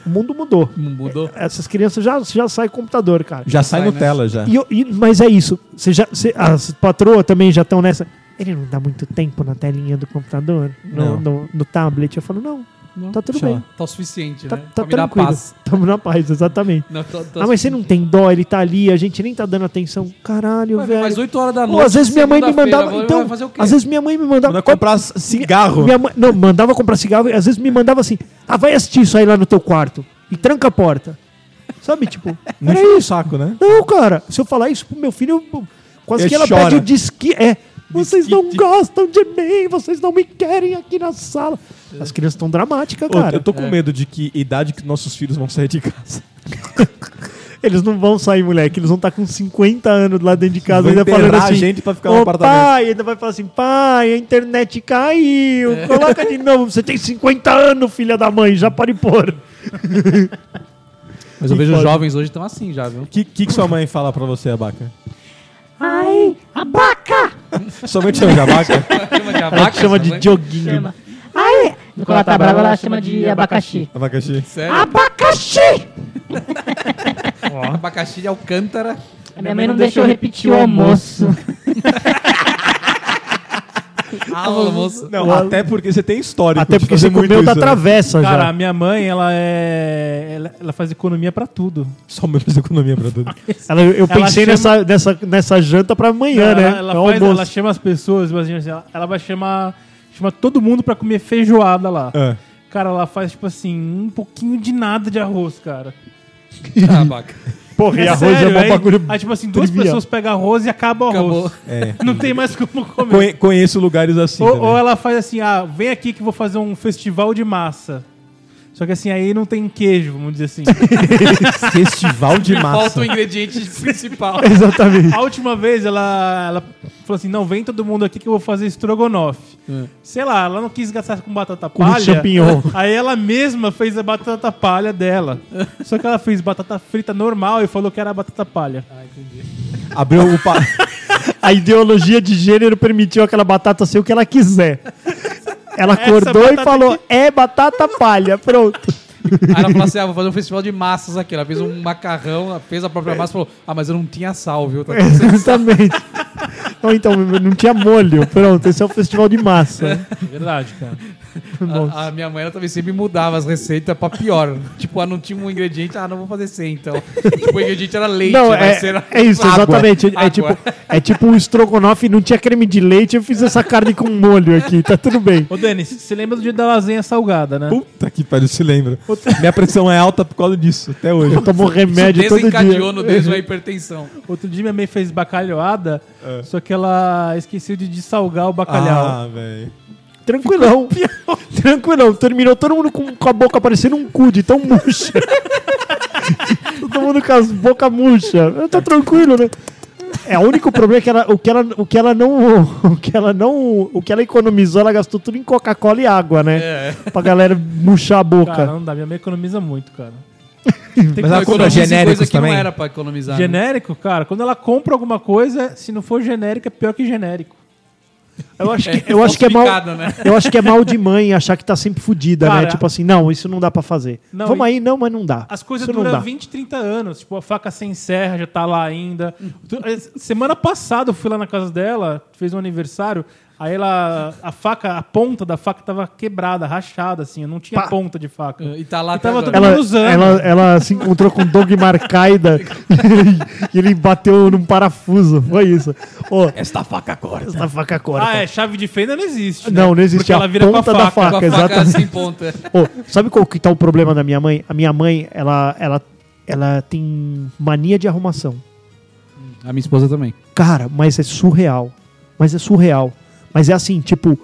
Speaker 5: O mundo mudou.
Speaker 4: Mudou.
Speaker 5: Essas crianças já, já saem com computador, cara.
Speaker 3: Já sai
Speaker 4: Vai, né?
Speaker 3: Nutella, já.
Speaker 5: E eu- e- mas é isso. Você já, você- as patroas também já estão nessa. Ele não dá muito tempo na telinha do computador, no,
Speaker 3: Não.
Speaker 5: no- no tablet. Eu falo, não, tá tudo
Speaker 3: Deixa
Speaker 5: bem.
Speaker 4: Tá o suficiente,
Speaker 5: Tá,
Speaker 4: né?
Speaker 5: tá
Speaker 4: Pra me dar
Speaker 5: tranquilo.
Speaker 4: paz.
Speaker 5: Estamos na paz, exatamente.
Speaker 4: Não, tá- tô- tô-
Speaker 5: Ah, mas você não tem dó, ele tá ali, a gente nem tá dando atenção. Caralho,
Speaker 4: Ué,
Speaker 5: velho.
Speaker 4: Mas 8 horas da
Speaker 5: Pô,
Speaker 4: noite.
Speaker 5: às vezes minha mãe me
Speaker 4: segunda-feira,
Speaker 5: mandava.
Speaker 4: vai-
Speaker 5: Então,
Speaker 4: vai fazer o quê?
Speaker 5: às vezes minha mãe me mandava.
Speaker 3: Manda comprar cigarro.
Speaker 5: Minha mãe, não, mandava comprar cigarro e às vezes me mandava assim: ah, vai assistir isso aí lá no teu quarto e tranca a porta. Sabe, tipo,
Speaker 3: Não
Speaker 5: era
Speaker 3: enche o
Speaker 5: isso.
Speaker 3: saco, né?
Speaker 5: Não, cara, se eu falar isso pro meu filho, eu- quase
Speaker 3: Ele
Speaker 5: que ela
Speaker 3: chora.
Speaker 5: pede o disque. É, vocês não
Speaker 3: Disquite.
Speaker 5: gostam de mim, vocês não me querem aqui na sala. As crianças estão dramáticas,
Speaker 3: Ô,
Speaker 5: cara.
Speaker 3: eu tô com medo de que idade que nossos filhos vão sair de casa.
Speaker 5: Eles não vão sair, moleque. Eles vão estar com 50 anos lá dentro de casa.
Speaker 3: Vão
Speaker 5: ainda
Speaker 3: enterrar
Speaker 5: falando assim,
Speaker 3: a gente pra ficar
Speaker 5: "Ô,
Speaker 3: no apartamento."
Speaker 5: pai, ainda vai falar assim, pai, a internet caiu.
Speaker 3: É.
Speaker 5: Coloca de novo. Você tem 50 anos, filha da mãe. Já pode
Speaker 6: É
Speaker 5: pôr.
Speaker 4: Mas eu vejo
Speaker 5: foda.
Speaker 4: jovens hoje estão assim já, viu?
Speaker 3: O que, que, que sua mãe fala pra você, Abaca?
Speaker 7: Ai, abaca!
Speaker 3: Sua mãe te chama de Abaca?
Speaker 4: Chama de
Speaker 5: Ela
Speaker 4: abaca,
Speaker 5: te chama
Speaker 4: essa
Speaker 5: de né?
Speaker 4: mãe?
Speaker 5: joguinho.
Speaker 7: Ai! Quando ela tá brava, ela chama de abacaxi.
Speaker 3: Abacaxi?
Speaker 4: Sério?
Speaker 5: Ah,
Speaker 7: Abacaxi!
Speaker 4: Abacaxi de Alcântara.
Speaker 7: A minha mãe não deixou eu repetir o almoço.
Speaker 4: Alô, moço.
Speaker 3: Não, até porque você tem histórico.
Speaker 5: Até
Speaker 3: de
Speaker 5: porque
Speaker 3: fazer
Speaker 5: você comeu tá da
Speaker 3: isso, né?
Speaker 5: travessa
Speaker 6: Cara,
Speaker 5: já.
Speaker 6: a minha mãe, ela é. Ela, ela faz economia pra tudo.
Speaker 3: Só menos economia pra tudo.
Speaker 5: Ela- eu pensei
Speaker 6: chama-
Speaker 5: nessa, nessa, nessa janta pra amanhã,
Speaker 6: ela,
Speaker 5: né?
Speaker 6: ela
Speaker 5: É o
Speaker 6: faz-
Speaker 5: almoço.
Speaker 6: ela chama as pessoas, imagina assim, ela, ela vai chamar. Chama todo mundo pra comer feijoada lá.
Speaker 3: É.
Speaker 6: Cara, ela faz, tipo assim, um pouquinho de nada de arroz, cara.
Speaker 4: Ah, abaca.
Speaker 5: Porra, e arroz
Speaker 6: sério,
Speaker 5: é
Speaker 6: aí-
Speaker 5: um bagulho.
Speaker 6: Aí, tipo assim, duas
Speaker 5: trivial.
Speaker 6: pessoas pegam arroz e acaba o arroz.
Speaker 4: Acabou.
Speaker 3: É.
Speaker 6: Não tem mais como comer.
Speaker 3: Conhe- conheço lugares assim.
Speaker 6: Ou,
Speaker 3: também.
Speaker 6: ou ela faz assim, ah, vem aqui que eu vou fazer um festival de massa. Só que assim, aí não tem queijo, vamos dizer assim.
Speaker 3: Festival de
Speaker 4: Falta
Speaker 3: massa.
Speaker 4: o ingrediente principal.
Speaker 5: Exatamente.
Speaker 6: A última vez ela, ela falou assim, não, vem todo mundo aqui que eu vou fazer estrogonofe. Sei lá, ela não quis gastar com batata
Speaker 5: Com
Speaker 6: palha.
Speaker 5: champignon.
Speaker 6: Aí ela mesma fez a batata palha dela. Só que ela fez batata frita normal e falou que era batata palha.
Speaker 3: Abriu o pa...
Speaker 5: A ideologia de gênero permitiu aquela batata ser o que ela quiser. Ela acordou e
Speaker 6: batata
Speaker 5: falou: é batata palha. Pronto.
Speaker 4: Aí ela falou assim: ah, vou fazer um festival de massas aqui. Ela fez um macarrão, ela fez a própria massa e falou: ah, mas eu não tinha sal, viu? Tá tudo certo.
Speaker 5: Exatamente. Ou então, não tinha molho. Pronto, esse é um festival de massa.
Speaker 6: é Verdade, cara.
Speaker 5: Nossa.
Speaker 4: A, a minha mãe ela também sempre mudava as receitas pra pior. tipo, ah, não tinha um ingrediente, ah, não vou fazer sem, então. tipo, o ingrediente era leite,
Speaker 5: Não,
Speaker 4: vai
Speaker 5: é,
Speaker 4: ser a-
Speaker 5: é isso,
Speaker 4: água.
Speaker 5: exatamente. É, é
Speaker 4: Água.
Speaker 5: tipo, é tipo um estrogonofe, não tinha creme de leite, eu fiz essa carne com molho aqui, tá tudo bem.
Speaker 6: Ô, Denis, você lembra do dia da lasanha salgada, né?
Speaker 3: Puta que pariu, se lembra. Minha pressão é alta por causa disso, até hoje.
Speaker 5: Eu tomo remédio é todo
Speaker 4: Desencadeou
Speaker 5: dia.
Speaker 4: no dedo a hipertensão.
Speaker 6: Outro dia minha mãe fez bacalhoada, só que ela esqueceu de dessalgar o bacalhau.
Speaker 3: Ah, velho.
Speaker 5: Tranquilão. Tranquilão. Terminou todo mundo com, com a boca parecendo um cu de tão murcha. todo mundo com as bocas murcha. Eu tô tranquilo, né? É, o único problema é que ela, o, que ela, o que ela não. O que ela não. O que ela economizou, ela gastou tudo em Coca-Cola e água, né?
Speaker 6: É.
Speaker 5: Pra galera murchar a boca.
Speaker 6: Cara, não dá, minha mãe economiza muito, cara.
Speaker 3: Mas ela
Speaker 5: é
Speaker 3: compra
Speaker 4: Economiza em
Speaker 3: genéricos
Speaker 4: coisa que não
Speaker 3: também?
Speaker 4: era pra economizar. né?
Speaker 6: Genérico, cara, quando ela compra alguma coisa, se não for genérico, é pior que genérico.
Speaker 5: Eu acho que, eu acho que é mal.
Speaker 4: falsificada, né?
Speaker 5: Eu acho que é mal de mãe achar que tá sempre fodida, né?
Speaker 6: Cara,
Speaker 5: Tipo assim, não, isso não dá pra fazer.
Speaker 6: Não,
Speaker 5: Vamos
Speaker 6: e-
Speaker 5: aí, não, mas não dá.
Speaker 6: As coisas
Speaker 5: isso não
Speaker 6: duram
Speaker 5: dá.
Speaker 6: 20, 30 anos. Tipo, a faca sem serra já tá lá ainda. Tu- eh, Semana passada eu fui lá na casa dela, fez um aniversário. Aí ela. A faca, a ponta da faca tava quebrada, rachada, assim. Eu não tinha ponta de faca.
Speaker 5: É,
Speaker 4: E tá lá
Speaker 6: E
Speaker 4: até
Speaker 6: tava
Speaker 4: agora.
Speaker 6: todo
Speaker 5: Ela,
Speaker 6: Duros anos.
Speaker 5: ela, ela se encontrou com o Doug Marcaida e ele bateu num parafuso. Foi isso. Ó,
Speaker 3: Esta faca corta.
Speaker 5: essa faca corta.
Speaker 6: Ah, é, chave de fenda não existe. né?
Speaker 5: tá. Não, não existe.
Speaker 6: Porque
Speaker 5: a
Speaker 6: ela vira
Speaker 5: ponta
Speaker 6: com a
Speaker 5: da faca,
Speaker 6: faca.
Speaker 4: Com a faca
Speaker 5: exatamente.
Speaker 4: sem ponta.
Speaker 5: Ô, sabe qual que tá o problema da minha mãe? A minha mãe, ela, ela, ela tem mania de arrumação.
Speaker 4: A minha esposa também.
Speaker 5: Cara, mas é surreal. Mas é surreal. Mas é assim, tipo,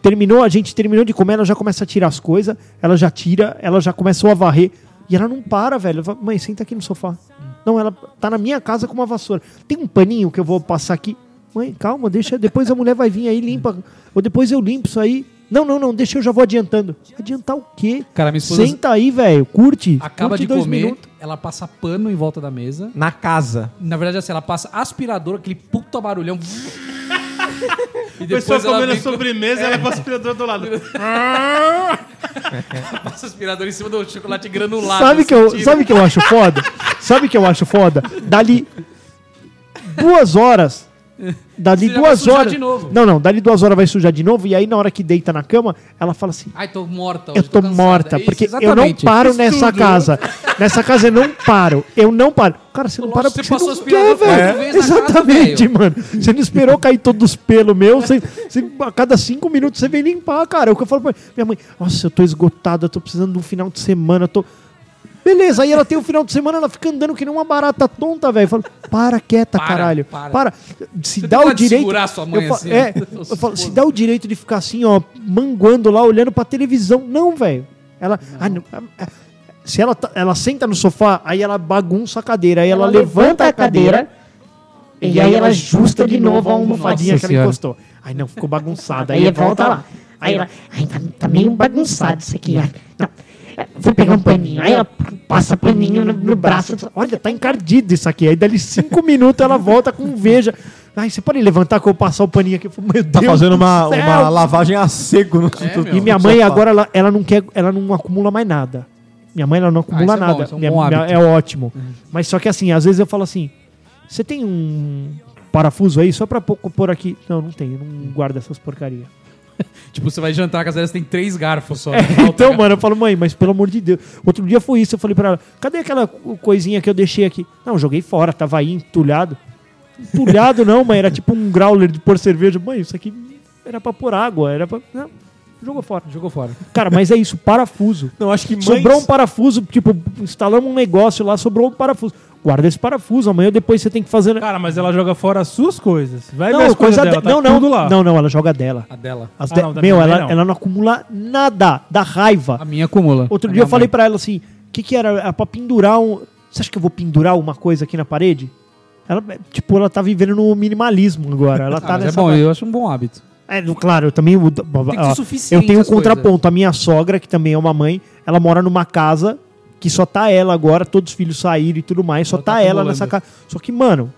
Speaker 5: terminou, a gente terminou de comer, ela já começa a tirar as coisas, ela já tira, ela já começou a varrer. E ela não para, velho. Ela fala, Mãe, senta aqui no sofá. Não, ela tá na minha casa com uma vassoura. Tem um paninho que eu vou passar aqui. Mãe, calma, deixa. Depois a mulher vai vir aí, limpa. Ou depois eu limpo isso aí. Não, não, não, deixa eu já vou adiantando. Adiantar o quê?
Speaker 4: Cara, minha esposa
Speaker 5: Senta aí, velho. Curte.
Speaker 4: acaba
Speaker 5: curte
Speaker 4: de
Speaker 5: dois
Speaker 4: comer,
Speaker 5: minutos.
Speaker 4: ela passa pano em volta da mesa.
Speaker 3: Na casa.
Speaker 4: Na verdade, assim, ela passa aspirador, aquele puta barulhão. e
Speaker 6: A pessoa
Speaker 4: depois ela
Speaker 6: comendo a
Speaker 4: vem
Speaker 6: sobremesa e ela é com o aspirador do lado.
Speaker 4: com- passa aspirador em cima do chocolate granulado.
Speaker 5: Sabe que, eu,
Speaker 4: assim,
Speaker 5: sabe que eu acho foda? Sabe que eu acho foda? Dali duas horas. Dali
Speaker 4: Você já vai
Speaker 5: duas
Speaker 4: sujar
Speaker 5: horas.
Speaker 4: de novo.
Speaker 5: Não, não, dali duas horas vai sujar de novo. E aí, na hora que deita na cama, ela fala assim:
Speaker 4: Ai, tô morta hoje,
Speaker 5: Eu tô
Speaker 4: cansada."
Speaker 5: morta,
Speaker 4: Isso,
Speaker 5: porque eu não
Speaker 4: exatamente.
Speaker 5: paro
Speaker 4: Isso
Speaker 5: nessa
Speaker 4: tudo.
Speaker 5: casa. Nessa casa eu não paro. Eu não paro. Cara, você não
Speaker 4: Lógico,
Speaker 5: para
Speaker 4: você
Speaker 5: porque você,
Speaker 4: passou
Speaker 5: não
Speaker 4: aspirador
Speaker 5: quer,
Speaker 4: quatro
Speaker 5: velho.
Speaker 4: vezes na casa,
Speaker 5: Exatamente, mano. Você não esperou cair todos os pelos meus. Você, você- a cada cinco minutos você vem limpar, cara. É o que eu falo pra minha mãe. Nossa, eu tô esgotada, eu tô precisando de um final de semana, eu tô... Beleza, aí ela tem o final de semana, ela fica andando que nem uma barata tonta, velho. Eu falo, para quieta,
Speaker 4: Para,
Speaker 5: caralho.
Speaker 4: para.
Speaker 5: Para. Se
Speaker 4: Você
Speaker 5: dá
Speaker 4: tem
Speaker 5: o
Speaker 4: vontade de
Speaker 5: direito.
Speaker 4: segurar sua mãe
Speaker 5: eu falo-
Speaker 4: assim,
Speaker 5: é,
Speaker 4: né?
Speaker 5: eu falo, se dá o direito de ficar assim, ó, manguando lá, olhando pra televisão. Não, velho. Ela. ah, não, ah, ah, se ela, tá- ela senta no sofá, aí ela bagunça a cadeira, aí ela, levanta a cadeira,
Speaker 7: E aí ela ajusta de novo a almofadinha.
Speaker 5: almofadinha que ela
Speaker 4: senhora.
Speaker 5: encostou. Aí não, ficou bagunçada.
Speaker 7: Aí volta lá. Aí ela, ai, tá, tá meio bagunçado isso aqui. ai, Não. É, Vou pegar um paninho. Aí ela passa paninho no, no braço.
Speaker 5: Olha, tá encardido isso aqui. Aí dali cinco minutos ela volta com um veja. Ai, você pode levantar que eu vou passar o paninho aqui. Eu falo, Meu
Speaker 3: Tá
Speaker 5: Deus
Speaker 3: fazendo
Speaker 5: do
Speaker 3: uma,
Speaker 5: céu,
Speaker 3: uma lavagem a seco no no-
Speaker 4: É, meu.
Speaker 5: E minha
Speaker 3: no
Speaker 5: mãe
Speaker 3: sofá.
Speaker 5: agora ela, ela não quer, ela não acumula mais nada. Minha mãe ela não acumula
Speaker 4: isso é bom,
Speaker 5: nada.
Speaker 4: isso é um
Speaker 5: Minha-
Speaker 4: bom
Speaker 5: minha-
Speaker 4: hábito.
Speaker 5: é ótimo. Mas só que assim, às vezes eu falo assim: "Você tem um parafuso aí só para pôr aqui?" Não, não tenho, não guardo essas porcaria.
Speaker 4: Tipo, você vai jantar, a casa dela você tem três garfos só. né?
Speaker 5: então, mano, eu falo: "Mãe, mas pelo amor de Deus, outro dia foi isso, eu falei para ela: "Cadê aquela co- coisinha que eu deixei aqui?" Não, joguei fora, tava aí entulhado. Entulhado não, mãe, era tipo um growler de pôr cerveja. Mãe, isso aqui era para pôr água, era para Não, jogou fora.
Speaker 4: Jogou fora.
Speaker 5: Cara, mas é isso, parafuso.
Speaker 3: Não, acho que mães...
Speaker 5: Sobrou um parafuso, tipo, instalamos um negócio lá, sobrou um parafuso. Guarda esse parafuso, amanhã depois você tem que fazer. um
Speaker 6: Cara, mas ela joga fora as suas coisas. Vai ver
Speaker 5: não,
Speaker 6: as coisas
Speaker 5: coisa
Speaker 6: dela,
Speaker 5: de-
Speaker 6: tá
Speaker 5: não, não,
Speaker 6: tudo lá.
Speaker 5: não, não, ela joga dela.
Speaker 4: A dela.
Speaker 5: As
Speaker 6: Ah,
Speaker 5: de-
Speaker 6: não, da
Speaker 5: Meu,
Speaker 6: minha mãe
Speaker 5: ela,
Speaker 6: não.
Speaker 5: ela não acumula nada da raiva.
Speaker 4: A minha acumula.
Speaker 5: Outro
Speaker 4: A
Speaker 5: dia eu
Speaker 4: minha
Speaker 5: falei
Speaker 4: mãe.
Speaker 5: pra ela assim: o que, que era? Era pra pendurar um. Você acha que eu vou pendurar uma coisa aqui na parede? Ela, tipo, ela tá vivendo no minimalismo agora. Ela tá
Speaker 4: Ah, mas é
Speaker 5: nessa.
Speaker 4: bom, eu acho um bom hábito.
Speaker 5: É, no- claro, eu também. Tem
Speaker 4: ser
Speaker 5: eu
Speaker 4: suficiente
Speaker 5: tenho um
Speaker 4: as coisas.
Speaker 5: contraponto. A minha sogra, que também é uma mãe, ela mora numa casa que só tá ela agora, todos os filhos saíram e tudo mais, só
Speaker 4: Ela
Speaker 5: tá,
Speaker 4: tá
Speaker 5: ela
Speaker 4: acumulando.
Speaker 5: nessa casa. Só que, mano,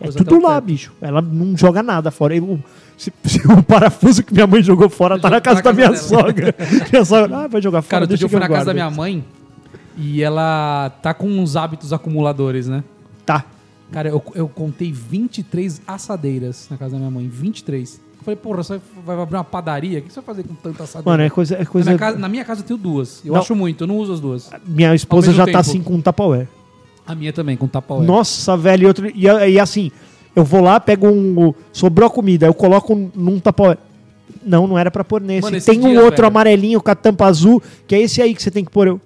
Speaker 5: é
Speaker 4: Coisa tá
Speaker 5: tudo
Speaker 4: até o
Speaker 5: lá,
Speaker 4: teto.
Speaker 5: bicho. Ela não joga nada fora. Eu- se, se o parafuso que minha mãe jogou fora tá na
Speaker 4: jogo
Speaker 5: casa
Speaker 4: na
Speaker 5: da
Speaker 4: casa
Speaker 5: minha
Speaker 4: dela.
Speaker 5: sogra. minha sogra, ah, vai jogar fora.
Speaker 4: Cara, outro
Speaker 5: deixa
Speaker 4: dia eu
Speaker 5: que
Speaker 4: fui na casa
Speaker 5: guardo.
Speaker 4: da minha mãe e ela tá com uns hábitos acumuladores, né?
Speaker 5: Tá.
Speaker 4: Cara, eu, eu contei 23 assadeiras na casa da minha mãe. 23. Eu falei, porra, você vai abrir uma padaria? O que você vai fazer com tanta assadeira?
Speaker 5: Mano, é coisa. É
Speaker 4: na,
Speaker 5: coisa...
Speaker 4: minha casa, na minha casa eu tenho duas. Eu
Speaker 5: Não.
Speaker 4: acho muito, eu não uso as duas.
Speaker 5: Minha esposa
Speaker 4: mesmo
Speaker 5: já
Speaker 4: tempo.
Speaker 5: tá assim com um tapaué.
Speaker 4: A minha também, com tapaué.
Speaker 5: Nossa, velho. E, outro, e, e assim, eu vou lá, pego um. Sobrou a comida, eu coloco num tapaué. Não, não era pra pôr nesse.
Speaker 4: Mano, esse
Speaker 5: Tem um
Speaker 4: dia,
Speaker 5: outro
Speaker 4: velho.
Speaker 5: amarelinho com a tampa azul, que é esse aí que você tem que pôr. Eu...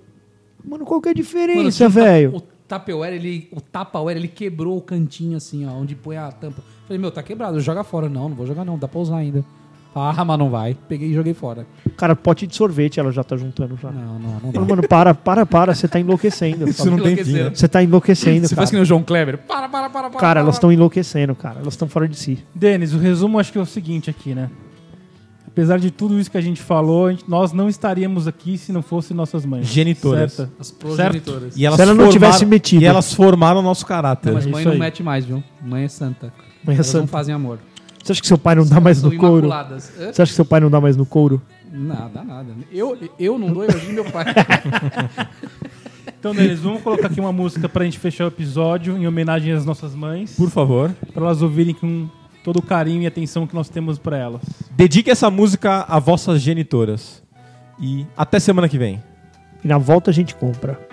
Speaker 5: Mano, qual que é a
Speaker 4: Mano,
Speaker 5: diferença,
Speaker 4: tinha um ta-
Speaker 5: velho?
Speaker 4: O Tupperware, ele, o Tupperware, ele quebrou o cantinho assim, ó, onde põe a tampa. Falei, meu, tá quebrado, joga fora. Não, não vou jogar não, dá pra usar ainda. Ah, mas não vai. Peguei e joguei fora.
Speaker 5: Cara, pote de sorvete ela já tá juntando já.
Speaker 4: Não, não, não
Speaker 5: Fala, Mano, para, para, para, você tá enlouquecendo.
Speaker 3: Isso não tem fim, né?
Speaker 5: Você tá enlouquecendo,
Speaker 4: Você
Speaker 5: cara.
Speaker 4: faz que nem o João Kleber. Para, para, para, para.
Speaker 5: Cara,
Speaker 4: para,
Speaker 5: elas estão enlouquecendo, cara. Elas estão fora de si.
Speaker 6: Denis, o resumo acho que é o seguinte aqui, né? Apesar de tudo isso que a gente falou, a gente- nós não estaríamos aqui se não fossem nossas mães.
Speaker 3: Genitoras.
Speaker 6: Certo?
Speaker 4: As progenitoras.
Speaker 3: E elas
Speaker 5: Se ela não
Speaker 3: formaram-
Speaker 5: tivesse metido.
Speaker 3: E elas formaram o nosso caráter.
Speaker 4: Mas
Speaker 6: É
Speaker 4: mãe
Speaker 6: isso
Speaker 4: não
Speaker 6: aí.
Speaker 4: mete mais, viu? Mãe é santa.
Speaker 5: Mãe é
Speaker 4: Elas não
Speaker 5: santa.
Speaker 4: fazem amor.
Speaker 5: Você acha que seu pai não dá mais
Speaker 4: São
Speaker 5: no couro?
Speaker 4: imaculadas. Hã?
Speaker 5: Você acha que seu pai não dá mais no couro?
Speaker 4: Nada, nada. Eu, eu não dou, imagina meu pai.
Speaker 6: Então, Denis, vamos colocar aqui uma música pra gente fechar o episódio em homenagem às nossas mães.
Speaker 3: Por favor.
Speaker 6: Pra elas ouvirem com todo o carinho e atenção que nós temos pra elas.
Speaker 3: Dedique essa música a vossas genitoras. E até semana que vem.
Speaker 5: E na volta a gente compra.